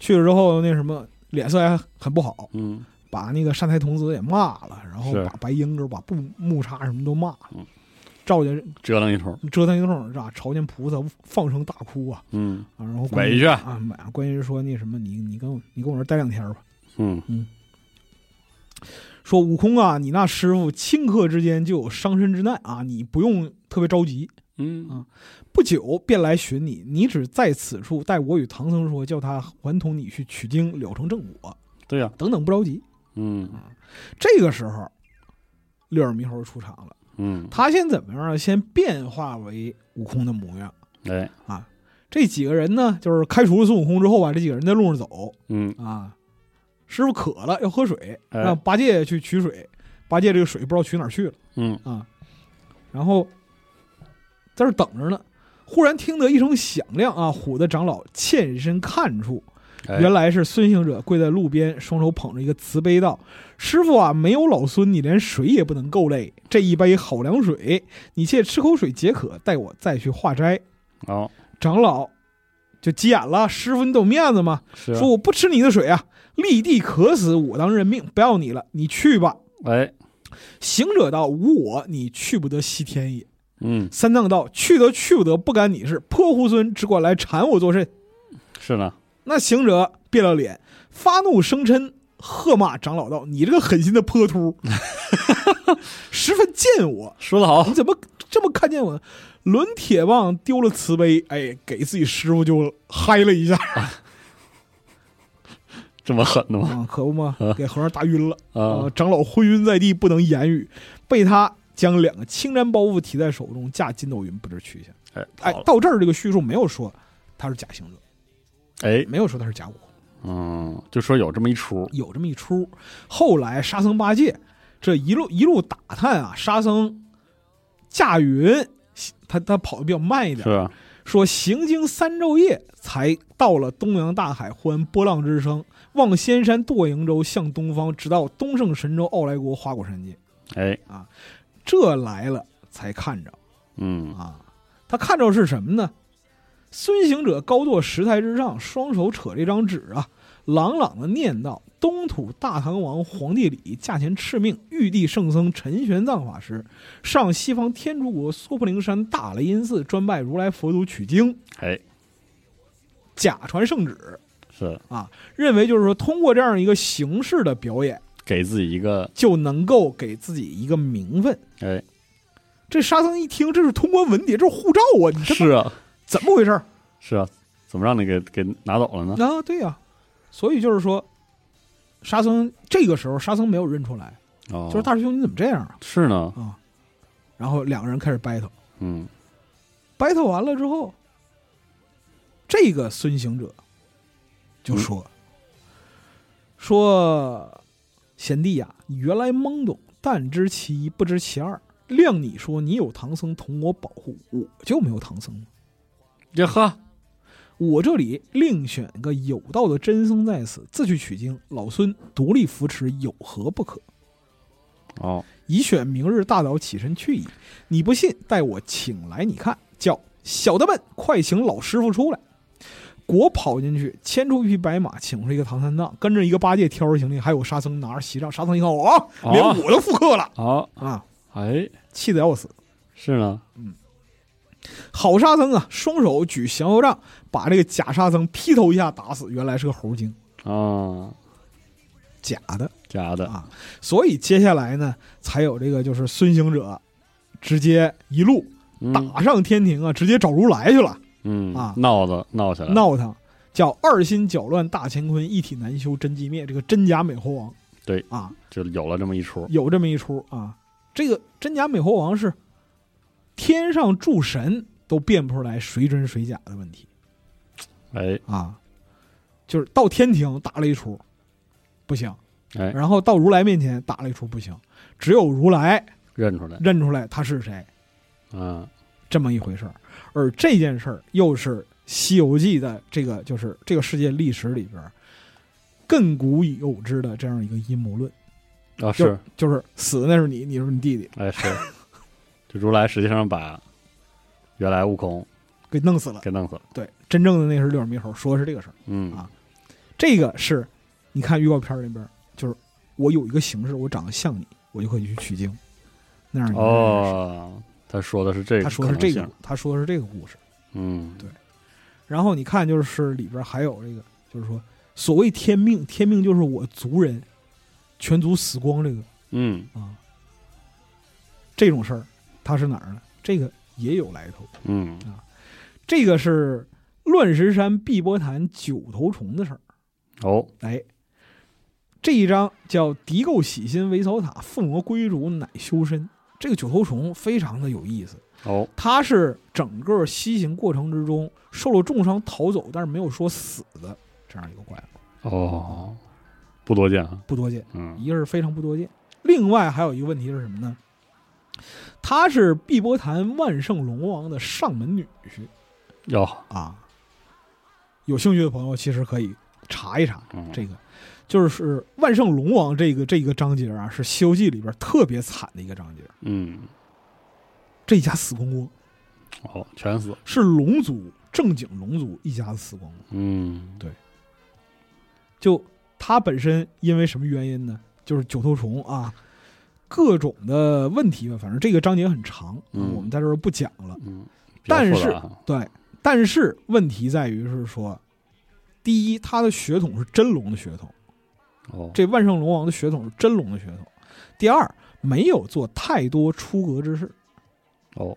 B: 去了之后那什么，脸色还很不好，
C: 嗯，
B: 把那个善财童子也骂了，然后
C: 是
B: 把白鹰哥、把布木叉什么都骂了
C: 嗯，
B: 赵家人
C: 折腾一通，
B: 折腾一通是吧？朝见菩萨放声大哭啊，
C: 嗯
B: 啊，然后
C: 委
B: 观音
C: 屈
B: 啊，买观音说那什么，你你跟我你跟我这儿待两天吧。
C: 嗯，
B: 说悟空啊，你那师傅顷刻之间就有伤身之难啊，你不用特别着急，
C: 嗯，
B: 不久便来寻你，你只在此处待我与唐僧说，叫他还同你去取经，了成正果，
C: 对呀，
B: 等等不着急。
C: 嗯
B: 这个时候，六耳猕猴出场了，
C: 嗯，
B: 他先怎么样呢？先变化为悟空的模样
C: 哎，
B: 啊。这几个人呢，就是开除了孙悟空之后吧，这几个人在路上走
C: 嗯
B: 啊，师傅渴了要喝水，
C: 哎
B: 让八戒去取水，八戒这个水不知道取哪儿去了。
C: 嗯，
B: 啊，然后在这儿等着呢。忽然听得一声响亮啊，虎的长老欠身看处，
C: 哎
B: 原来是孙行者跪在路边，双手捧着一个慈悲道：“师傅啊，没有老孙，你连水也不能够嘞。这一杯好凉水，你且吃口水解渴，待我再去化斋。
C: 哦，”
B: 长老就急眼了：“师傅，你懂面子吗？
C: 是啊，
B: 说我不吃你的水啊，立地渴死，我当认命，不要你了，你去吧。
C: 哎，
B: 行者道：无我，你去不得西天也。”
C: 嗯，
B: 三藏道：“去得去不得，不干你事。泼猢狲只管来缠我作甚
C: 是呢，？”
B: 那行者变了脸，发怒生嗔，喝骂长老道：“你这个狠心的泼 <laughs> 秃，十分见我！
C: 说得好
B: 你，怎么这么看见我呢？”抡铁棒丢了慈悲，哎，给自己师傅就嗨了一下，
C: 这么狠的吗？
B: 啊啊，可不嘛，给和尚打晕了。
C: 啊
B: 啊，，长老昏晕在地，不能言语，被他将两个轻毡包袱提在手中，驾筋斗云不知去向。
C: 哎，
B: 哎
C: 跑，了
B: 到这儿这个叙述没有说他是假行者，
C: 哎，
B: 没有说他是假武功，
C: 嗯，就说有这么一出，
B: 有这么一出。后来沙僧八戒这一路一路打探啊，沙僧驾云，他他跑的比较慢一点
C: 是，啊吧？
B: 说行经三昼夜，才到了东洋大海，欢波浪之声，望仙山堕瀛洲，向东方，直到东胜神州傲来国花果山界。
C: 哎，
B: 这来了才看着
C: 嗯，
B: 啊，他看着是什么呢？孙行者高坐石台之上，双手扯着一张纸啊，朗朗的念道：“东土大唐王皇帝李驾前敕命，玉帝圣僧陈玄奘法师上西方天竺国娑婆灵山大雷音寺专拜如来佛祖取经，
C: 哎，
B: 假传圣旨。”啊
C: 是
B: 认为就是说，通过这样一个形式的表演，
C: 给自己一个，
B: 就能够给自己一个名分。
C: 哎，
B: 这沙僧一听，这是通关文牒，这是护照啊！你这
C: 是啊，
B: 怎么回事儿
C: 是啊，怎么让你给给拿走了呢？
B: 啊？对呀、所以就是说，沙僧这个时候沙僧没有认出来，
C: 哦，
B: 就是大师兄你怎么这样啊？
C: 是呢，
B: 啊，然后两个人开始 battle，battle
C: 嗯，
B: 完了之后，这个孙行者就说、说贤弟呀、你原来懵懂，但知其一不知其二。谅你说你有唐僧同我保护，我就没有唐僧。
C: 呀呵，
B: 我这里另选个有道的真僧在此，自去取经。老孙独立扶持，有何不可？
C: 哦，
B: 宜选明日大早起身去矣。你不信，待我请来你看。叫小的们，快请老师傅出来。果跑进去，牵出一匹白马，请出一个唐三藏，跟着一个八戒挑着行李，还有沙僧拿着席杖。沙僧一看，哦，
C: 哦
B: 连我都复刻了
C: 好，
B: 啊，
C: 哎，
B: 气得要死。
C: 是呢，
B: 好沙僧啊，双手举降妖杖，把这个假沙僧劈头一下打死。原来是个猴精，
C: 啊，
B: 假的。
C: 假的，
B: 啊，所以接下来呢，才有这个就是孙行者直接一路
C: 嗯
B: 打上天庭啊，直接找如来去了，
C: 嗯
B: 啊
C: 闹的闹起来了，
B: 闹腾，叫二心搅乱大乾坤，一体难修真寂灭。这个真假美猴王，
C: 对
B: 啊，
C: 就有了这么一出，
B: 有这么一出啊。这个真假美猴王是天上诸神都辨不出来谁真谁假的问题
C: 哎
B: 啊，就是到天庭打了一出，不行，
C: 哎，
B: 然后到如来面前打了一出不行，只有如来
C: 认出来，
B: 认出来他是谁，
C: 嗯，
B: 这么一回事儿。而这件事儿又是《西游记》的这个就是这个世界历史里边儿亘古已有之的这样一个阴谋论，
C: 啊，
B: 就是就是死的那是你，你是你弟弟，
C: 哎是，这如来实际上把原来悟空
B: 给弄死了。
C: 给弄死了，
B: 对，真正的那是六耳猕猴，说的是这个事儿。
C: 嗯
B: 啊这个是你看预告片儿里边儿，就是我有一个形式，我长得像你，我就可以去取经，那样一个人
C: 哦，他说的是这个，
B: 嗯他说的是这个，，他说的是这个故事。
C: 嗯，
B: 对然后你看，就是里边还有这个，就是说所谓天命，天命就是我族人全族死光这个
C: 嗯
B: 啊，这种事儿，它是哪儿呢？这个也有来头，
C: 嗯，
B: 这个是乱石山碧波潭九头虫的事儿。
C: 哦，
B: 哎，这一章叫“敌构喜心为草塔，附魔归主乃修身”。这个九头虫非常的有意思，
C: 哦，
B: 它是整个西行过程之中受了重伤逃走，但是没有说死的这样一个怪物，
C: 哦，不多见啊，
B: 不多见。
C: 嗯，
B: 一个是非常不多见，另外还有一个问题是什么呢？她是碧波潭万圣龙王的上门女婿
C: 要，
B: 啊。有兴趣的朋友其实可以查一查
C: 嗯
B: 这个，就是万圣龙王这个这个章节啊，是《西游记》里边特别惨的一个章节。
C: 嗯，
B: 这一家死光光，
C: 哦，全死了，
B: 是龙族正经龙族一家子死光光。
C: 嗯，
B: 就他本身因为什么原因呢？就是九头虫啊，各种的问题吧。反正这个章节很长，
C: 嗯
B: 我们在这儿不讲了。
C: 嗯，比较
B: 但
C: 复
B: 是
C: 杂啊
B: 对，但是问题在于是说，第一，他的血统是真龙的血统，
C: 哦，
B: 这万圣龙王的血统是真龙的血统；第二，没有做太多出格之事；
C: 哦，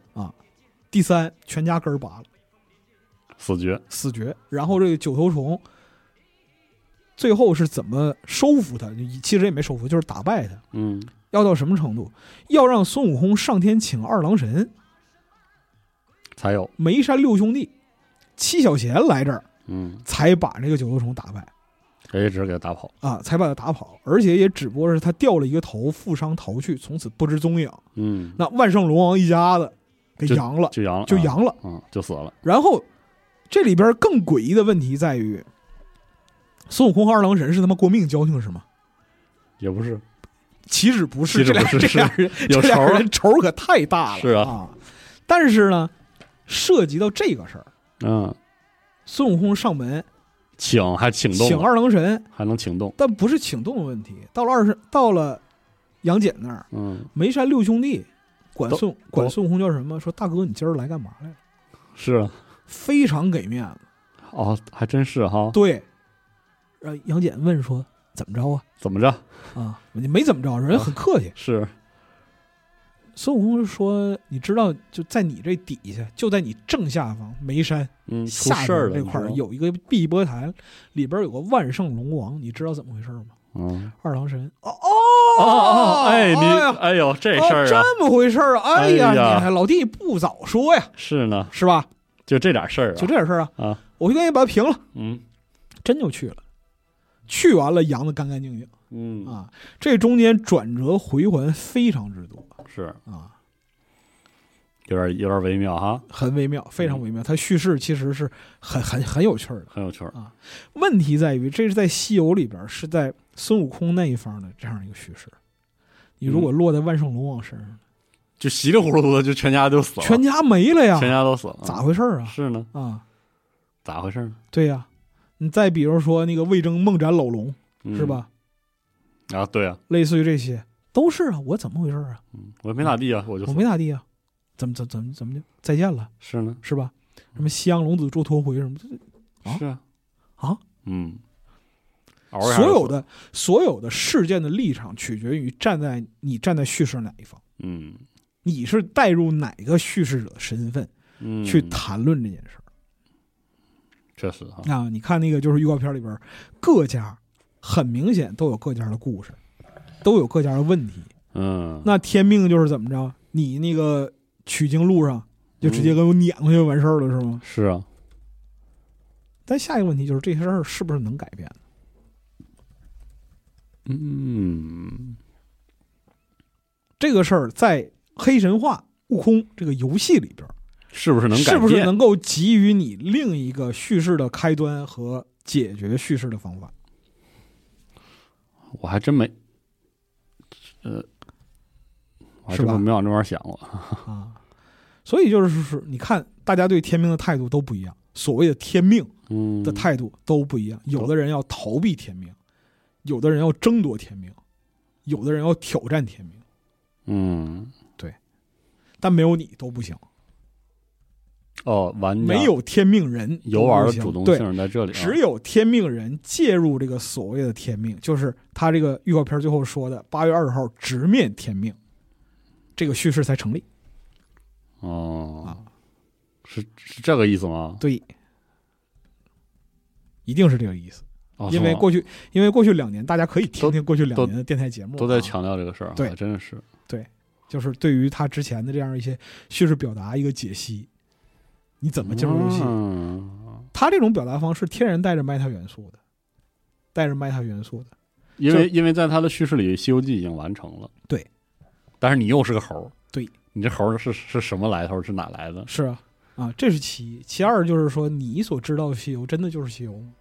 B: 第三，全家根儿拔了，
C: 死绝，
B: 死绝。然后这个九头虫。最后是怎么收服他？其实也没收服，就是打败他。
C: 嗯，
B: 要到什么程度？要让孙悟空上天请二郎神、
C: 才有，
B: 梅山六兄弟、七小贤来这儿，
C: 嗯，
B: 才把那个九头虫打败
C: 谁也只是给他打跑，
B: 啊，才把他打跑，而且也只不过是他掉了一个头，负伤逃去，从此不知踪影。
C: 嗯，
B: 那万圣龙王一家子给扬了，
C: 就阳了，
B: 就，扬了。
C: 嗯，就死了，
B: 然后这里边更诡异的问题在于，孙悟空和二郎神是他妈过命交情是吗？
C: 也不是，
B: 岂止不是，
C: 岂
B: 这
C: 止不
B: 俩
C: 是
B: 这俩人
C: 有
B: 这
C: 仇
B: 俩
C: 了，
B: 人仇可太大了。
C: 是啊
B: 但是呢，涉及到这个事儿，
C: 嗯，
B: 孙悟空上门
C: 请还请动
B: 请
C: 了，
B: 二郎神，
C: 还能请动，
B: 但不是请动的问题。到了二十，到了杨戬那儿，
C: 嗯，
B: 梅山六兄弟管
C: 都
B: 孙管
C: 都
B: 孙悟空叫什么？说大哥，你今儿来干嘛来了？
C: 是啊，
B: 非常给面子。
C: 哦，还真是哈，
B: 对，然后杨戬问说怎么着啊？
C: 怎么着？
B: 啊，没怎么着，人家很客气。
C: 是，
B: 孙悟空就说：“你知道，就在你这底下，就在你正下方，眉山
C: 嗯，出
B: 下
C: 事儿
B: 面这
C: 了，你
B: 块
C: 知
B: 儿
C: 道
B: 有一个碧波潭，里边有个万圣龙王，你知道怎么回事吗？
C: 嗯，
B: 二郎神。哦
C: 哦
B: 哦
C: 哦，哎，
B: 呀
C: 你，哎呦，这
B: 哦
C: 事儿啊，
B: 这么回事儿啊！哎呀，
C: 哎呀
B: 你还老弟不早说呀，
C: 是呢，
B: 是吧？
C: 就这点事儿啊，
B: 就这点事儿啊，
C: 啊，
B: 我就赶紧把它平了，
C: 嗯
B: 真就去了。去完了，扬的干干净净
C: 嗯，
B: 啊！这中间转折回环非常之多
C: 是
B: 啊。”
C: 有点有点微妙哈，
B: 很微妙，非
C: 嗯
B: 常微妙。它叙事其实是很很很有趣儿的。
C: 很有趣儿，
B: 问题在于，这是在《西游》里边儿，是在孙悟空那一方的这样一个叙事。你
C: 嗯
B: 如果落在万圣龙王身上，
C: 就稀里糊涂的就全家就死了，
B: 全家没了呀，
C: 全家都死了，
B: 咋回事儿啊？
C: 是呢？
B: 啊，
C: 咋回事呢？
B: 对呀、你再比如说那个魏征梦斩老龙，
C: 嗯
B: 是？吧？
C: 啊，对啊，
B: 类似于这些，都是啊，我怎么回事儿啊？
C: 嗯，我没咋地啊，我就
B: 我
C: 死
B: 没咋地啊，怎么怎么怎么怎么就再见了，
C: 是呢，
B: 是吧？什么西洋龙子助脱回什么，啊
C: 是啊，
B: 啊，
C: 嗯，嗷一下就
B: 所有
C: 死了，
B: 的所有的事件的立场取决于站在你站在叙事哪一方，
C: 嗯
B: 你是带入哪个叙事者的身份
C: 嗯，
B: 去谈论这件事儿
C: 确实哈，
B: 啊。你看那个就是预告片里边儿，各家很明显都有各家的故事，都有各家的问题。
C: 嗯，
B: 那天命就是怎么着，你那个取经路上就直接
C: 嗯
B: 给我撵过去就完事儿了，是吗？
C: 是啊，
B: 但下一个问题就是这些事儿是不是能改变？嗯
C: 嗯，
B: 这个事儿在黑神话悟空这个游戏里边儿。
C: 是不是能
B: 是
C: 改
B: 不是
C: 变？
B: 能够给予你另一个叙事的开端和解决叙事的方法？
C: 我还真没，呃，我还
B: 是
C: 真
B: 吧
C: 没往这边想过，
B: 啊，所以就是说，你看大家对天命的态度都不一样，所谓的天命
C: 嗯，
B: 的态度都不一样。有的人要逃避天命，有的人要争夺天命，有的人要挑战天命，
C: 嗯，
B: 但没有你都不行，
C: 哦，玩家
B: 没有天命人
C: 啊游玩的
B: 都不行
C: 主动
B: 对
C: 性在这里啊，
B: 只有天命人介入这个所谓的天命，就是他这个预告片最后说的八月二十号直面天命，这个叙事才成立。
C: 哦
B: 啊，
C: 是是这个意思吗？
B: 对，一定是这个意思。
C: 哦
B: 因为
C: 是吗
B: 过去，因为过去两年，大家可以听听过去两
C: 都
B: 年的电台节目啊，
C: 都在强调这个事儿啊，
B: 对
C: 真的是，
B: 就是对于他之前的这样一些叙事表达一个解析。你怎么进入游戏？
C: 嗯
B: 他这种表达方式天然带着 meta 元素的，带着 meta 元素的。
C: 因为因为在他的叙事里，《西游记》已经完成了，
B: 对，
C: 但是你又是个猴儿，
B: 对，
C: 你这猴儿是是什么来头？是哪来的？
B: 是啊，啊，这是其一。其二就是说，你所知道的西游真的就是西游吗？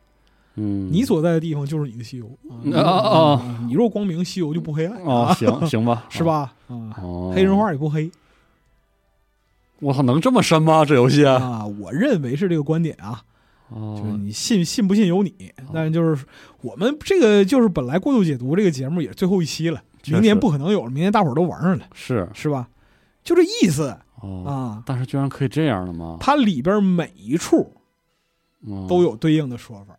C: 嗯，
B: 你所在的地方就是你的西游啊
C: 嗯啊啊
B: 啊！你若光明，西游就不黑暗，
C: 哦，
B: <laughs>
C: 行行吧，
B: 啊是？吧？啊，
C: 哦，
B: 黑人，话也不黑
C: 我操，能这么深吗？这游戏？
B: 啊！我认为是这个观点啊。就是
C: 哦，
B: 你信信不信由你
C: 哦，
B: 但是就是我们这个就是本来过度解读这个节目也是最后一期了，明年
C: 确实
B: 不可能有了，明年大伙儿都玩上了，
C: 是
B: 是吧？就这意思
C: 哦，
B: 啊，
C: 但是居然可以这样的吗？
B: 它里边每一处
C: 嗯
B: 都有对应的说法，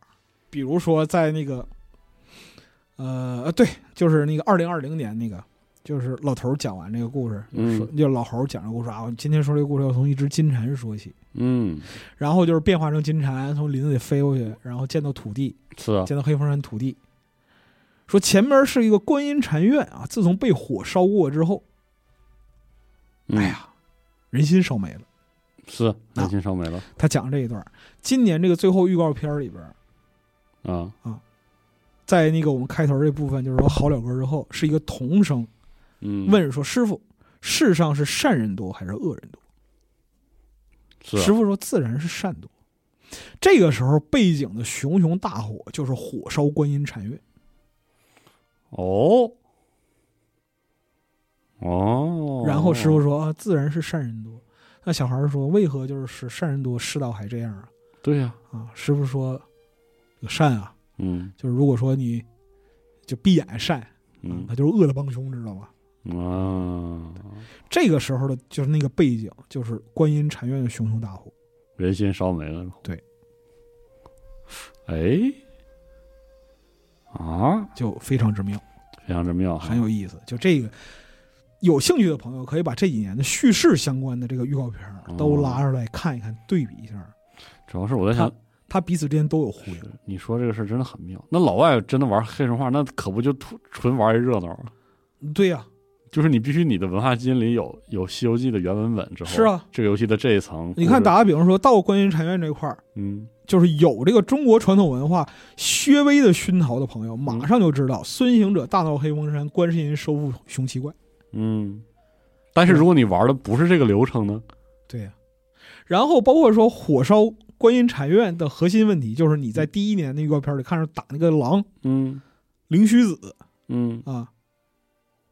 B: 比如说在那个，呃，呃对，就是那个二零二零年那个，就是老头儿讲完这个故事，
C: 嗯
B: 说就老猴儿讲这个故事啊，我今天说这个故事要从一只金蝉说起，
C: 嗯，
B: 然后就是变化成金蝉从林子里飞过去，然后见到土地，
C: 是啊，
B: 见到黑风山土地，说前面是一个观音禅院啊，自从被火烧过之后，
C: 嗯
B: 哎呀，啊人心烧没了。
C: 是人心烧没了
B: 他讲这一段，今年这个最后预告片里边，
C: 啊，
B: 在那个我们开头这部分，就是说好了歌之后，是一个童声
C: 嗯，
B: 问说：“师傅，世上是善人多还是恶人多？”
C: 是
B: 师
C: 啊
B: 傅说：“自然是善多。”这个时候，背景的熊熊大火就是火烧观音禅院。
C: 哦哦，
B: 然后师傅说：“啊，自然是善人多。”那小孩儿说：“为何就是是善人多，世道还这样啊
C: 对呀，？”
B: 啊，师傅说：“这个善啊，
C: 嗯
B: 就是如果说你就闭眼善，啊
C: 嗯
B: 那就是恶的帮凶，知道吗？”嗯
C: 啊，
B: 这个时候的就是那个背景，就是观音禅院的熊熊大火。
C: 人心烧没了，
B: 对，
C: 哎啊，
B: 就非常之妙，
C: 非常之妙，
B: 很有意思。就这个，有兴趣的朋友可以把这几年的叙事相关的这个预告片儿
C: 哦
B: 都拉出来看一看，对比一下，
C: 主要是我在想
B: 看，它彼此之间都有呼应。
C: 你说这个事儿真的很妙。那老外真的玩黑神话，那可不就纯纯玩一热闹啊？
B: 对呀、
C: 就是你必须你的文化基因里有有《西游记》的原文本之后，
B: 是啊，
C: 这个游戏的这一层，
B: 你看，
C: 打，
B: 打个比方说到观音禅院这块儿，
C: 嗯，
B: 就是有这个中国传统文化略微的熏陶的朋友，马上就知道孙行者大闹黑风山，观世音收复熊奇怪。
C: 嗯，但是如果你玩的不是这个流程呢？
B: 对呀、然后包括说火烧观音禅院的核心问题，就是你在第一年的预告片里看着打那个狼
C: 嗯
B: 灵虚子
C: 嗯
B: 啊，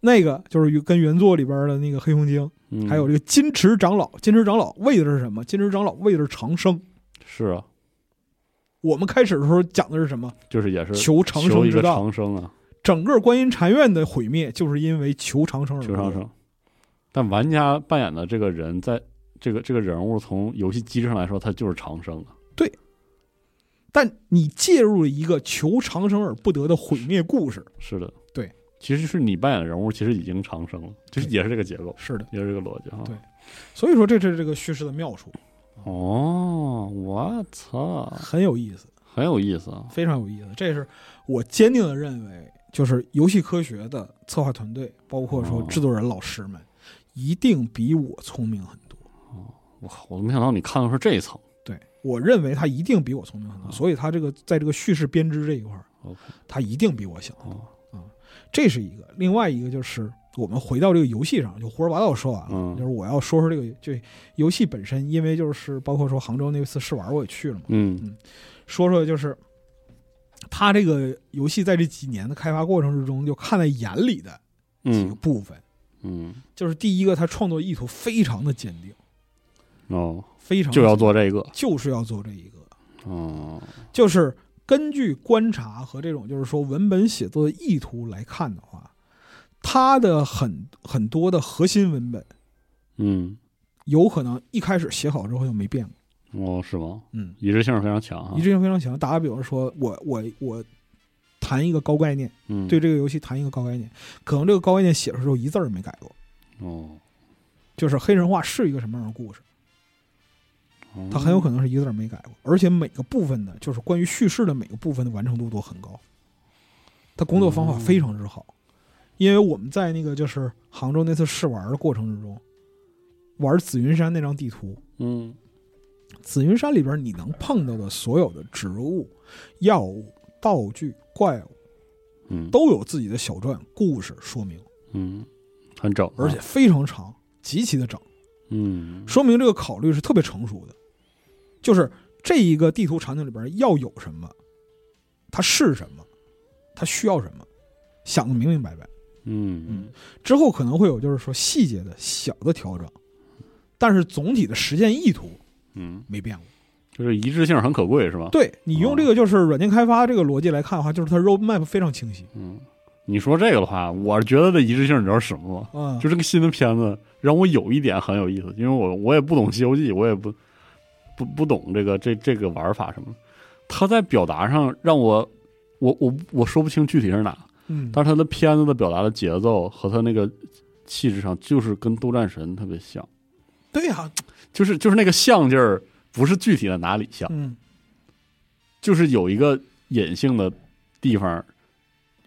B: 那个就是与跟原作里边的那个黑熊精，
C: 嗯，
B: 还有这个金池长老。金池长老为的是什么？金池长老为的是长生。
C: 是啊，
B: 我们开始的时候讲的是什么？
C: 就是也是
B: 求长
C: 求
B: 生
C: 一
B: 之
C: 个
B: 道。
C: 长生啊，
B: 整个观音禅院的毁灭，就是因为求长生而
C: 求长
B: 灭。
C: 生。但玩家扮演的这个人，在这个这个人物从游戏机制上来说，他就是长生啊，
B: 但你介入了一个求长生而不得的毁灭故事。
C: 是的，
B: 对。
C: 其实是你扮演的人物，其实已经长生了，就是也是这个结构，
B: 是的，
C: 也是这个逻辑啊。
B: 对所以说这是这个叙事的妙处，啊
C: 哦，我操，
B: 很有意思，
C: 很有意思啊！
B: 非常有意思。这是我坚定的认为，就是游戏科学的策划团队，包括说
C: 哦
B: 制作人老师们，一定比我聪明很多。
C: 我靠，我都没想到你看到是这一层。
B: 对我认为他一定比我聪明很多，
C: 哦
B: 所以他这个在这个叙事编织这一块儿，
C: OK，
B: 他一定比我想。
C: 哦，
B: 这是一个，另外一个就是我们回到这个游戏上，就胡说八道说完了，
C: 嗯
B: 就是我要说说这个就游戏本身，因为就是包括说杭州那次试玩我也去了嘛，
C: 嗯
B: 说说就是他这个游戏在这几年的开发过程之中，就看在眼里的几个
C: 嗯
B: 部分，
C: 嗯，
B: 就是第一个，他创作意图非常的坚定，
C: 哦，
B: 非常地
C: 就要做这个。
B: 就是要做这一个，
C: 哦，
B: 就是根据观察和这种就是说文本写作的意图来看的话，它的很很多的核心文本
C: 嗯，
B: 有可能一开始写好之后就没变过。
C: 哦，是吗？
B: 嗯，
C: 一致性非常强啊
B: 一。致性非常强。打个比方说，我我我谈一个高概念，
C: 嗯，
B: 对。这个游戏谈一个高概念，可能这个高概念写出来之后一字儿没改过。
C: 哦，
B: 就是黑神话是一个什么样的故事，
C: 哦
B: 它很有可能是一个字儿没改过，而且每个部分的，就是关于叙事的每个部分的完成度都很高。他工作方法非常之好，因为我们在那个就是杭州那次试玩的过程之中，玩紫云山那张地图，
C: 嗯
B: 紫云山里边你能碰到的所有的植物、药物、道具、怪物，
C: 嗯
B: 都有自己的小传、故事说明，
C: 嗯，很整啊，
B: 而且非常长，极其的长，
C: 嗯
B: 说明这个考虑是特别成熟的。就是这一个地图场景里边要有什么，它是什么，它需要什么，想的明明白白。
C: 嗯
B: 之后可能会有就是说细节的小的调整，但是总体的实践意图
C: 嗯，
B: 没变过。
C: 就是一致性很可贵，是吧？
B: 对你用这
C: 哦
B: 个就是软件开发这个逻辑来看的话，就是它 roadmap 非常清晰。
C: 嗯，你说这个的话，我觉得的一致性你知道是什么吗？
B: 嗯，
C: 就这个新的片子让我有一点很有意思，因为我我也不懂《西游记》，我也不不不懂这个这这个玩法什么的。他在表达上让我我我我说不清具体是哪，
B: 嗯，
C: 但是他的片子的表达的节奏和他那个气质上，就是跟《斗战神》特别像，
B: 对呀、
C: 就是就是那个像劲儿，不是具体的哪里像，
B: 嗯，
C: 就是有一个隐性的地方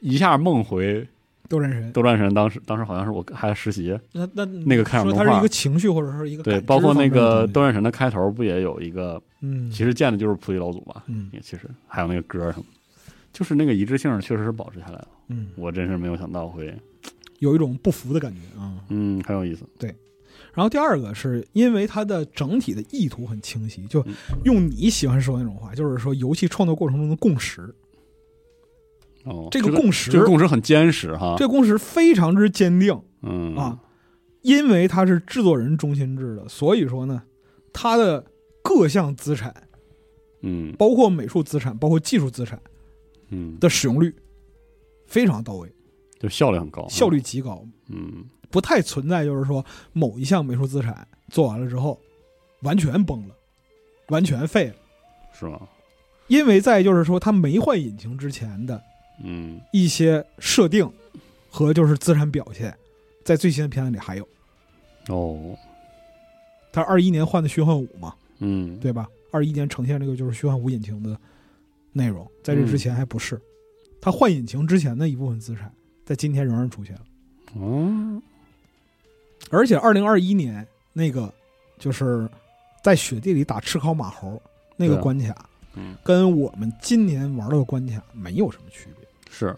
C: 一下梦回
B: 斗战神，
C: 斗战神，当时当时好像是我还实习，
B: 那那
C: 那
B: 那
C: 个开场
B: 说
C: 动
B: 它是一
C: 画
B: 个情绪或者是一个
C: 对，
B: 感知
C: 包括
B: 方
C: 那
B: 面的
C: 个
B: 东西
C: 斗战神的开头不也有一个，
B: 嗯，
C: 其实见的就是菩提老祖吧，
B: 嗯
C: 也其实还有那个歌什么，就是那个一致性确实是保持下来了，
B: 嗯
C: 我真是没有想到会，
B: 有一种不服的感觉啊。
C: 嗯，很有意思，
B: 然后第二个是因为它的整体的意图很清晰，就
C: 嗯
B: 用你喜欢说那种话，就是说游戏创作过程中的共识，
C: 哦，
B: 这个共识，
C: 这个共识很坚实哈，
B: 这个共识非常之坚定
C: 嗯
B: 啊，，因为它是制作人中心制的，所以说呢，它的各项资产，
C: 嗯
B: 包括美术资产，包括技术资产
C: 嗯，
B: 的使用率非常到位，
C: 就效率很高，
B: 效率，极高，
C: 嗯
B: 不太存在就是说某一项美术资产做完了之后完全崩了，完全废了。
C: 是吧？
B: 因为在就是说它没换引擎之前的
C: 嗯
B: 一些设定和就是资产表现，在最新的片子里还有。
C: 哦，
B: 它二一年换的虚幻五嘛，
C: 嗯
B: 对吧？二一年呈现这个就是虚幻五引擎的内容，在这之前还不是。它换引擎之前的一部分资产，在今天仍然出现了。
C: 嗯
B: 而且二零二一年那个就是在雪地里打赤尻马猴那个
C: 对啊
B: 关卡，
C: 嗯
B: 跟我们今年玩到的关卡没有什么区别。
C: 是，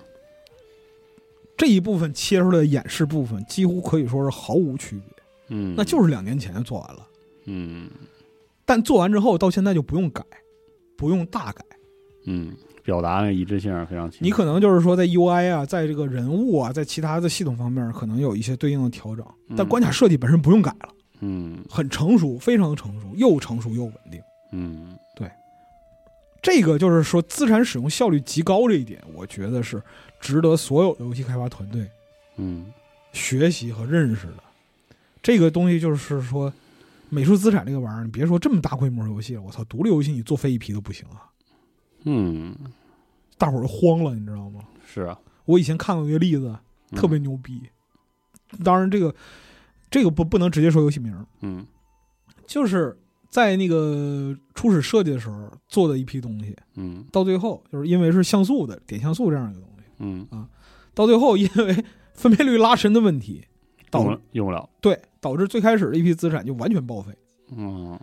B: 这一部分切出来的演示部分，几乎可以说是毫无区别，
C: 嗯，
B: 那就是两年前就做完了。
C: 嗯
B: 但做完之后，到现在就不用改，不用大改。
C: 嗯，表达那个一致性非常强，
B: 你可能就是说，在 UI 啊，在这个人物啊，在其他的系统方面，可能有一些对应的调整，但
C: 嗯
B: 关卡设计本身不用改了，
C: 嗯
B: 很成熟，非常成熟，又成熟又稳定。
C: 嗯
B: 这个就是说，资产使用效率极高这一点，我觉得是值得所有游戏开发团队
C: 嗯
B: 学习和认识的。这个东西就是说，美术资产这个玩意儿，你别说这么大规模游戏了，我操，独立游戏你做废一批都不行啊！
C: 嗯，
B: 大伙儿慌了，你知道吗？
C: 是啊，
B: 我以前看过一个例子，
C: 嗯
B: 特别牛逼。当然，这个这个不不能直接说游戏名儿，
C: 嗯
B: 就是在那个初始设计的时候做的一批东西，
C: 嗯
B: 到最后就是因为是像素的点像素这样一个东西，
C: 嗯，
B: 到最后因为分辨率拉伸的问题，
C: 用不
B: 导
C: 了用不了，
B: 对导致最开始的一批资产就完全报废。
C: 嗯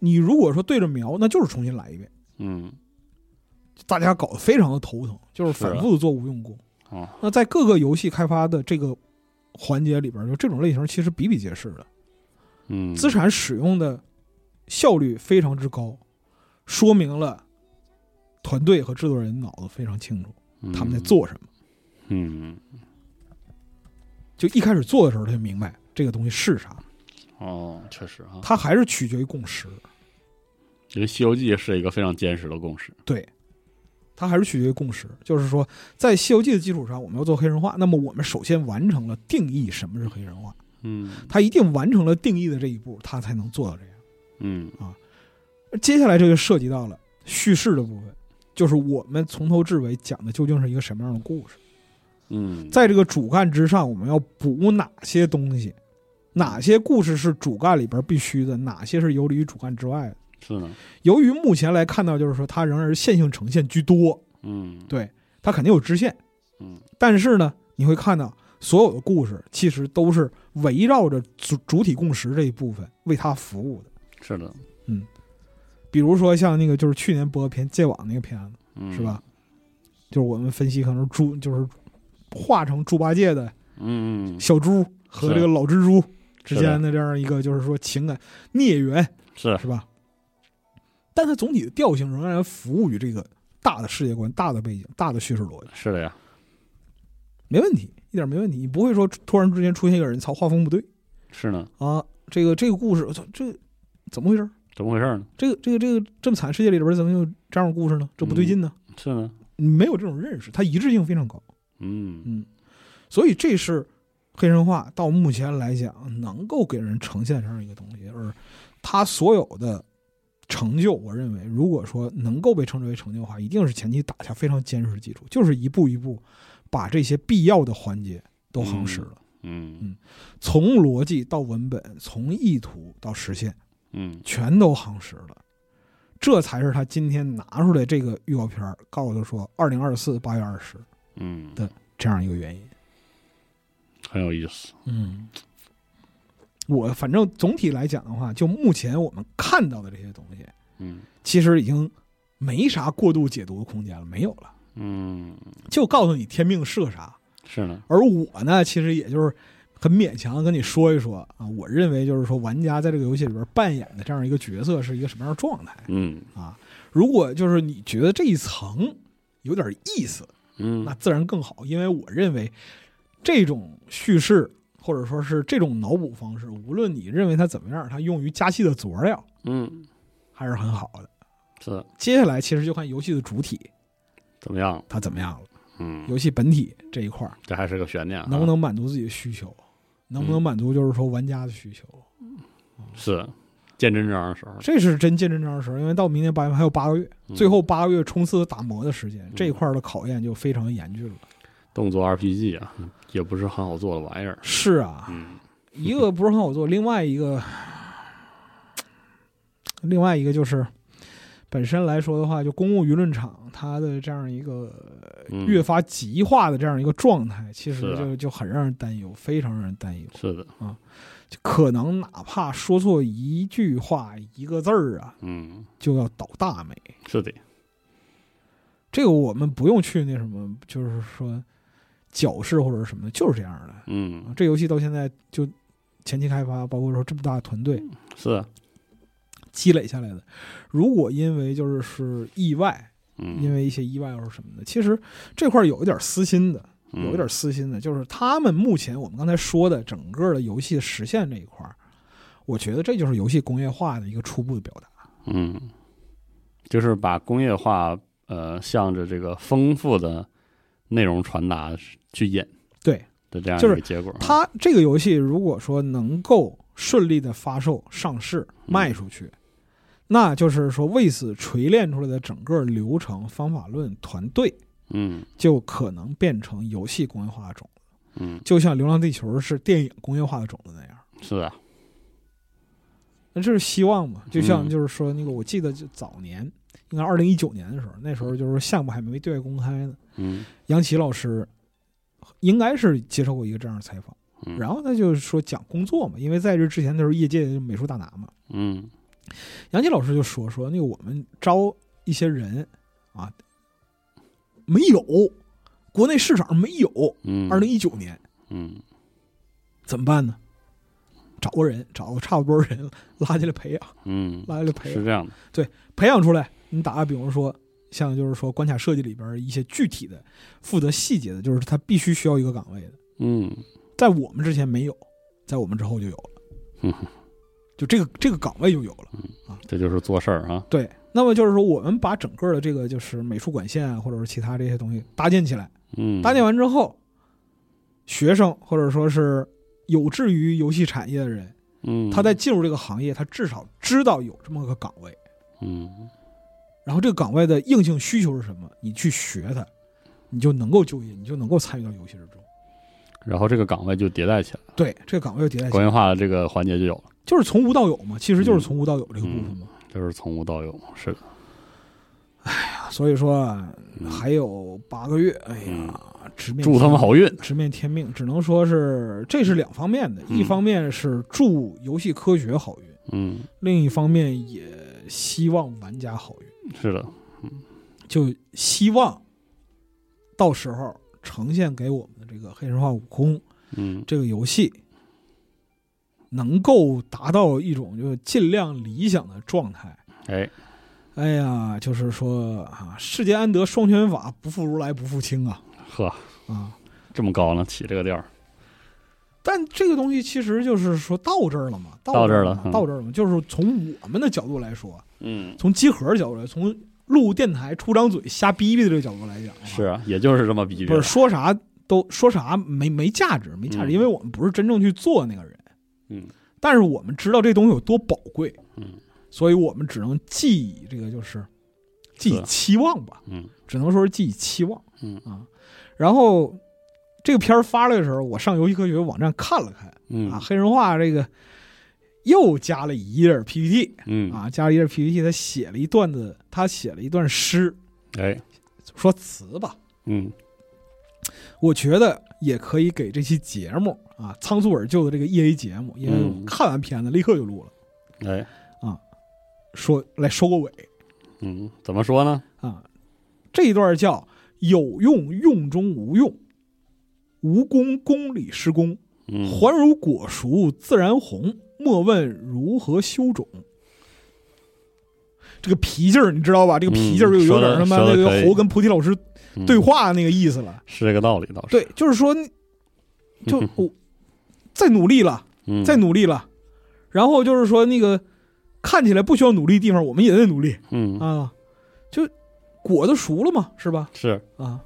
B: 你如果说对着瞄，那就是重新来一遍。
C: 嗯
B: 大家搞得非常的头疼，就是
C: 是啊
B: 反复的做无用功。
C: 哦
B: 那在各个游戏开发的这个环节里边，就这种类型其实比比皆是的。
C: 嗯，
B: 资产使用的效率非常之高，说明了团队和制作人脑子非常清楚
C: 嗯
B: 他们在，做什么。
C: 嗯
B: 就一开始做的时候，他就明白这个东西是啥，
C: 哦，确实啊，
B: 它还是取决于共识，
C: 因为《西游记》是一个非常坚实的共识，
B: 对，它还是取决于共识。就是说，在《西游记》的基础上，我们要做黑神话，那么我们首先完成了定义什么是黑神话，
C: 嗯
B: 它一定完成了定义的这一步，它才能做到这样。
C: 嗯
B: 接下来这就涉及到了叙事的部分，就是我们从头至尾讲的究竟是一个什么样的故事，
C: 嗯，
B: 在这个主干之上，我们要补哪些东西，哪些故事是主干里边必须的，哪些是游离于主干之外的。
C: 是呢，
B: 由于目前来看到，就是说它仍然是线性呈现居多，
C: 嗯
B: 对，它肯定有支线，
C: 嗯
B: 但是呢，你会看到所有的故事其实都是围绕着主主体共识这一部分为它服务的。
C: 是的，
B: 比如说像那个就是去年播的片《戒网》那个片子。
C: 嗯
B: 是吧？？就是我们分析，可能猪就是化成猪八戒的
C: 嗯嗯
B: 小猪和
C: 是
B: 这个老蜘蛛之
C: 是的
B: 间的这样一个，就是说情感孽缘，
C: 是
B: 是吧？但它总体的调性仍然服务于这个大的世界观、大的背景、大的叙事逻辑，
C: 是的呀，
B: 没问题，一点没问题。你不会说突然之间出现一个人，操，画风不对
C: 是呢，
B: 啊，这个这个故事，我操，这怎么回事？
C: 怎么回事呢？
B: 这个这个这个这么惨世界里边怎么有这样的故事呢？这不对劲呢？
C: 是呢，
B: 你没有这种认识，它一致性非常高。
C: 嗯
B: 嗯，所以这是黑神话到目前来讲能够给人呈现这样一个东西，而它所有的成就，我认为如果说能够被称之为成就的话，一定是前期打下非常坚实的基础，就是一步一步把这些必要的环节都夯实了，
C: 嗯
B: 从逻辑到文本，从意图到实现，
C: 嗯
B: 全都夯实了。这才是他今天拿出来这个预告片儿，告诉说，二零二四八月二十，
C: 嗯，
B: 这样一个原因。
C: 很有意思。
B: 嗯，我反正总体来讲的话，就目前我们看到的这些东西，
C: 嗯
B: 其实已经没啥过度解读的空间了，没有了，
C: 嗯，
B: 就告诉你天命是个啥。
C: 是呢，
B: 而我呢，其实也就是很勉强地跟你说一说啊，我认为就是说玩家在这个游戏里边扮演的这样一个角色是一个什么样的状态
C: 嗯
B: 啊。如果就是你觉得这一层有点意思，
C: 嗯
B: 那自然更好，因为我认为这种叙事或者说是这种脑补方式，无论你认为它怎么样，它用于加戏的佐料
C: 嗯，
B: 还是很好的。
C: 是
B: 接下来其实就看游戏的主体
C: 怎么样？
B: 它怎么样了，
C: 嗯，
B: 游戏本体这一块儿
C: 这还是个悬念啊，
B: 能不能满足自己的需求，能不能满足就是说玩家的需求，
C: 嗯是见真章的时候？
B: 这是真见真章的时候。因为到明年八月份还有八个月，
C: 嗯
B: 最后八个月冲刺打磨的时间，这一块儿的考验就非常严峻了。
C: 动作 RPG 啊，也不是很好做的玩意儿。
B: 是啊，
C: 嗯
B: 一个不是很好做，另外一个，另外一个就是本身来说的话，就公共舆论场它的这样一个
C: 嗯，
B: 越发极化的这样一个状态，其实
C: 是的啊
B: 就就很让人担忧，非常让人担忧。
C: 是的，
B: 就可能哪怕说错一句话、一个字儿啊，
C: 嗯，
B: 就要倒大霉。
C: 是的，
B: 这个我们不用去那什么，就是说矫饰或者什么的，就是这样的。啊
C: 嗯，
B: 这游戏到现在就前期开发，包括说这么大的团队，
C: 是，啊
B: 积累下来的。如果因为就是是意外，因
C: 嗯，
B: 为一些意外或者什么的，其实这块儿有一点私心的，
C: 嗯
B: 有一点，私心的，就是他们目前我们刚才说的整个的游戏实现这一块儿，我觉得这就是游戏工业化的一个初步的表达。
C: 嗯，就是把工业化，呃，向着这个丰富的内容传达去引
B: 对
C: 的这样一
B: 就是
C: 个结果。
B: 它这个游戏，如果说能够顺利的发售、上市、
C: 嗯
B: 卖出去。那就是说，为此锤炼出来的整个流程、方法论、团队，
C: 嗯
B: 就可能变成游戏工业化的种。
C: 嗯，
B: 就像《流浪地球》是电影工业化的种子那样。
C: 是啊，
B: 那这是希望嘛？就像
C: 嗯
B: 就是说那个，我记得就早年，应该二零一九年的时候，那时候就是项目还没对外公开呢。
C: 嗯
B: 杨奇老师应该是接受过一个这样的采访，
C: 嗯
B: 然后他就是说讲工作嘛，因为在这之前他是业界的美术大拿嘛。
C: 嗯
B: 杨奇老师就说说那个我们招一些人啊，没有，国内市场没有，
C: 嗯，
B: 二零一九年。
C: 嗯
B: 怎么办呢？找个人，找个差不多人 <laughs> 拉进来培养，
C: 嗯
B: 拉进来培
C: 是
B: 养，
C: 这样的，
B: 培养出来。你打个比方说，像就是说关卡设计里边一些具体的负责细节的，就是他必须需要一个岗位的，
C: 嗯
B: 在我们之前没有，在我们之后就有
C: 嗯
B: 了，就这个这个岗位就有了。
C: 这就是做事儿啊，
B: 对，那么就是说我们把整个的这个就是美术管线啊，或者是其他这些东西搭建起来，
C: 嗯，
B: 搭建完之后，学生或者说是有志于游戏产业的人，
C: 嗯，
B: 他在进入这个行业，他至少知道有这么个岗位，
C: 嗯
B: 然后这个岗位的硬性需求是什么，你去学它，你就能够就业，你就能够参与到游戏之中。
C: 然后这个岗位就迭代起来，
B: 对，这个岗位就迭代起
C: 工
B: 来，
C: 业化的这个环节就有了，
B: 就是从无到有嘛，其实就是从无到有这个部分嘛。
C: 就是从无到有，是的，
B: 所以说啊
C: 嗯
B: 还有八个月，哎呀，直面
C: 祝他们好运，
B: 直面天命，只能说是这是两方面的，
C: 嗯
B: 一方面是祝游戏科学好运，
C: 嗯，
B: 另一方面也希望玩家好运。
C: 是的，
B: 就希望到时候呈现给我们的这个《黑神话：悟空》
C: 嗯
B: 这个游戏，能够达到一种就是尽量理想的状态。
C: 哎，
B: 哎呀，就是说啊，世间安得双全法，不负如来不负卿啊
C: 呵，
B: 啊！
C: 这么高呢，起这个调儿，
B: 但这个东西其实就是说到这儿了嘛，
C: 到
B: 到
C: 这儿了
B: 嘛
C: 嗯
B: 到这儿了嘛。就是从我们的角度来说，
C: 嗯，
B: 从集合的角度来，从录电台出张嘴瞎逼逼的这个角度来讲的话，
C: 是啊，也就是这么逼
B: 不
C: 着
B: 是，说啥都说啥没没价值，没价值，
C: 嗯
B: 因为我们不是真正去做那个人，
C: 嗯，
B: 但是我们知道这东西有多宝贵，
C: 嗯，
B: 所以我们只能寄以这个就是寄以
C: 是
B: 期望吧，
C: 嗯
B: 只能说是寄以期望，
C: 嗯
B: 啊，然后这个片儿发来的时候，我上游戏科学网站看了看啊，
C: 嗯
B: 黑神话这个又加了一页 PPT
C: 嗯，
B: 啊，加了一页 PPT，他写了一段子，他写了一段诗，
C: 哎，
B: 说词吧，
C: 嗯
B: 我觉得也可以给这期节目啊，仓促而就的这个 E A 节目，因为我
C: 嗯
B: 看完片子立刻就录了，
C: 哎，
B: 说来收个尾
C: 嗯，怎么说呢？
B: 啊。这一段叫“有用用中无用，无功功里失功，
C: 嗯，
B: 还如果熟自然红，莫问如何修种。”这个皮劲儿你知道吧？这个皮劲儿
C: 嗯
B: 又有
C: 说得
B: 点他妈
C: 说
B: 那
C: 得
B: 个
C: 可以
B: 猴跟菩提老师
C: 嗯
B: 对话那个意思了。
C: 是这个道理，倒是
B: 对，就是说，就
C: <laughs>
B: 我再努力了，
C: 嗯，
B: 再努力了，然后就是说那个看起来不需要努力的地方，我们也在努力
C: 嗯
B: 啊，就果子熟了嘛，是吧？
C: 是 <laughs>
B: 啊，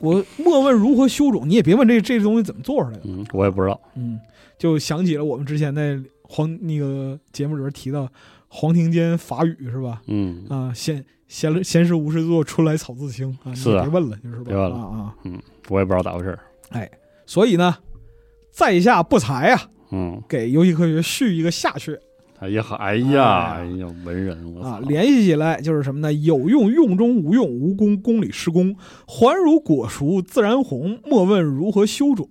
B: 我莫问如何修种，你也别问这这东西怎么做出来的，
C: 嗯，我也不知道，
B: 嗯，就想起了我们之前在黄那个节目里边提到黄庭坚法语是吧？
C: 嗯
B: 啊，闲闲闲时无事做，春来草自青啊，你
C: 是
B: 也
C: 啊
B: 别问了，就是吧？
C: 别问了
B: 啊啊，
C: 嗯，我也不知道咋回事儿，
B: 所以呢，在下不才啊，
C: 嗯，
B: 给游戏科学续一个下阙
C: 哎呀，哎呀，
B: 哎
C: 哎呀，文人，我
B: 啊
C: 操，，
B: 联系起来就是什么呢？有用用中无用，无功功里失功，还如果熟自然红，莫问如何修种。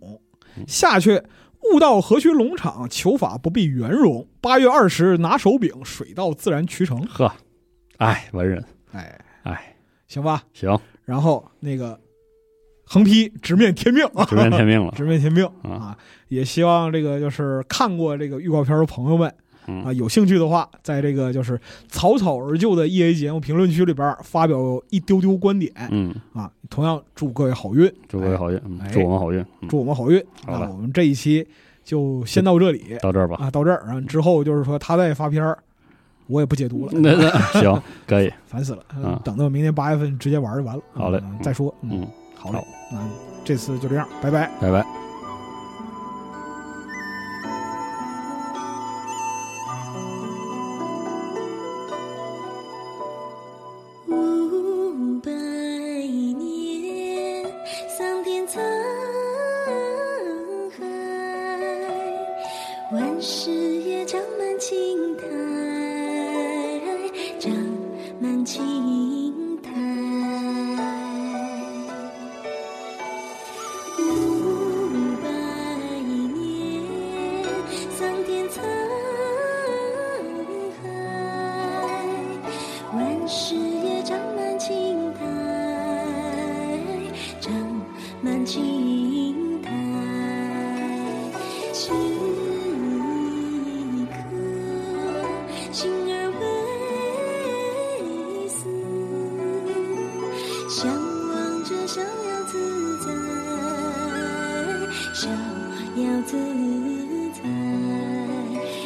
B: 下阙悟道何须龙场，求法不必圆融。八月二十拿手柄，水到自然渠成。
C: 呵，哎，文人，
B: 哎
C: 哎，
B: 行吧。
C: 行，
B: 然后那个横批直面天命啊，
C: 直面
B: <laughs>
C: 天命了，
B: 直面天命
C: 嗯
B: 啊！也希望这个就是看过这个预告片的朋友们
C: 嗯
B: 啊，有兴趣的话，在这个就是草草而就的 E A 节目评论区里边发表一丢丢观点
C: 嗯，
B: 啊。同样祝各位好运，
C: 祝各位好运，嗯
B: 哎
C: 祝我们好运，嗯
B: 祝我们好运。
C: 好
B: 那
C: 了
B: 我们这一期就先到这里
C: 到这儿吧，
B: <laughs> 啊，到这儿啊，之后就是说他再发片儿，我也不解读了，
C: 那那 <laughs> 行，可以，
B: 烦死了。嗯
C: 啊
B: 等到明年八月份直接玩就完了。
C: 好嘞
B: 嗯再说。嗯，
C: 嗯，
B: 好嘞
C: 好，
B: 那这次就这样，拜拜。
C: 拜拜。
D: 五百年，桑田沧海，万事也长满青苔，长满青苔。五百年，桑田沧海，万事也长满青苔，长满青苔。是一颗心儿微死，向往着逍遥自在，逍遥自在。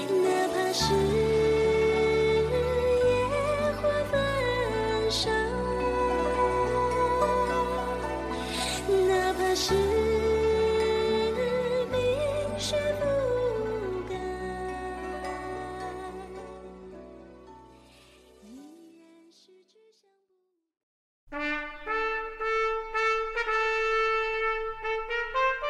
D: 哪怕是野花焚烧，哪怕是冰雪覆盖。依然是只想。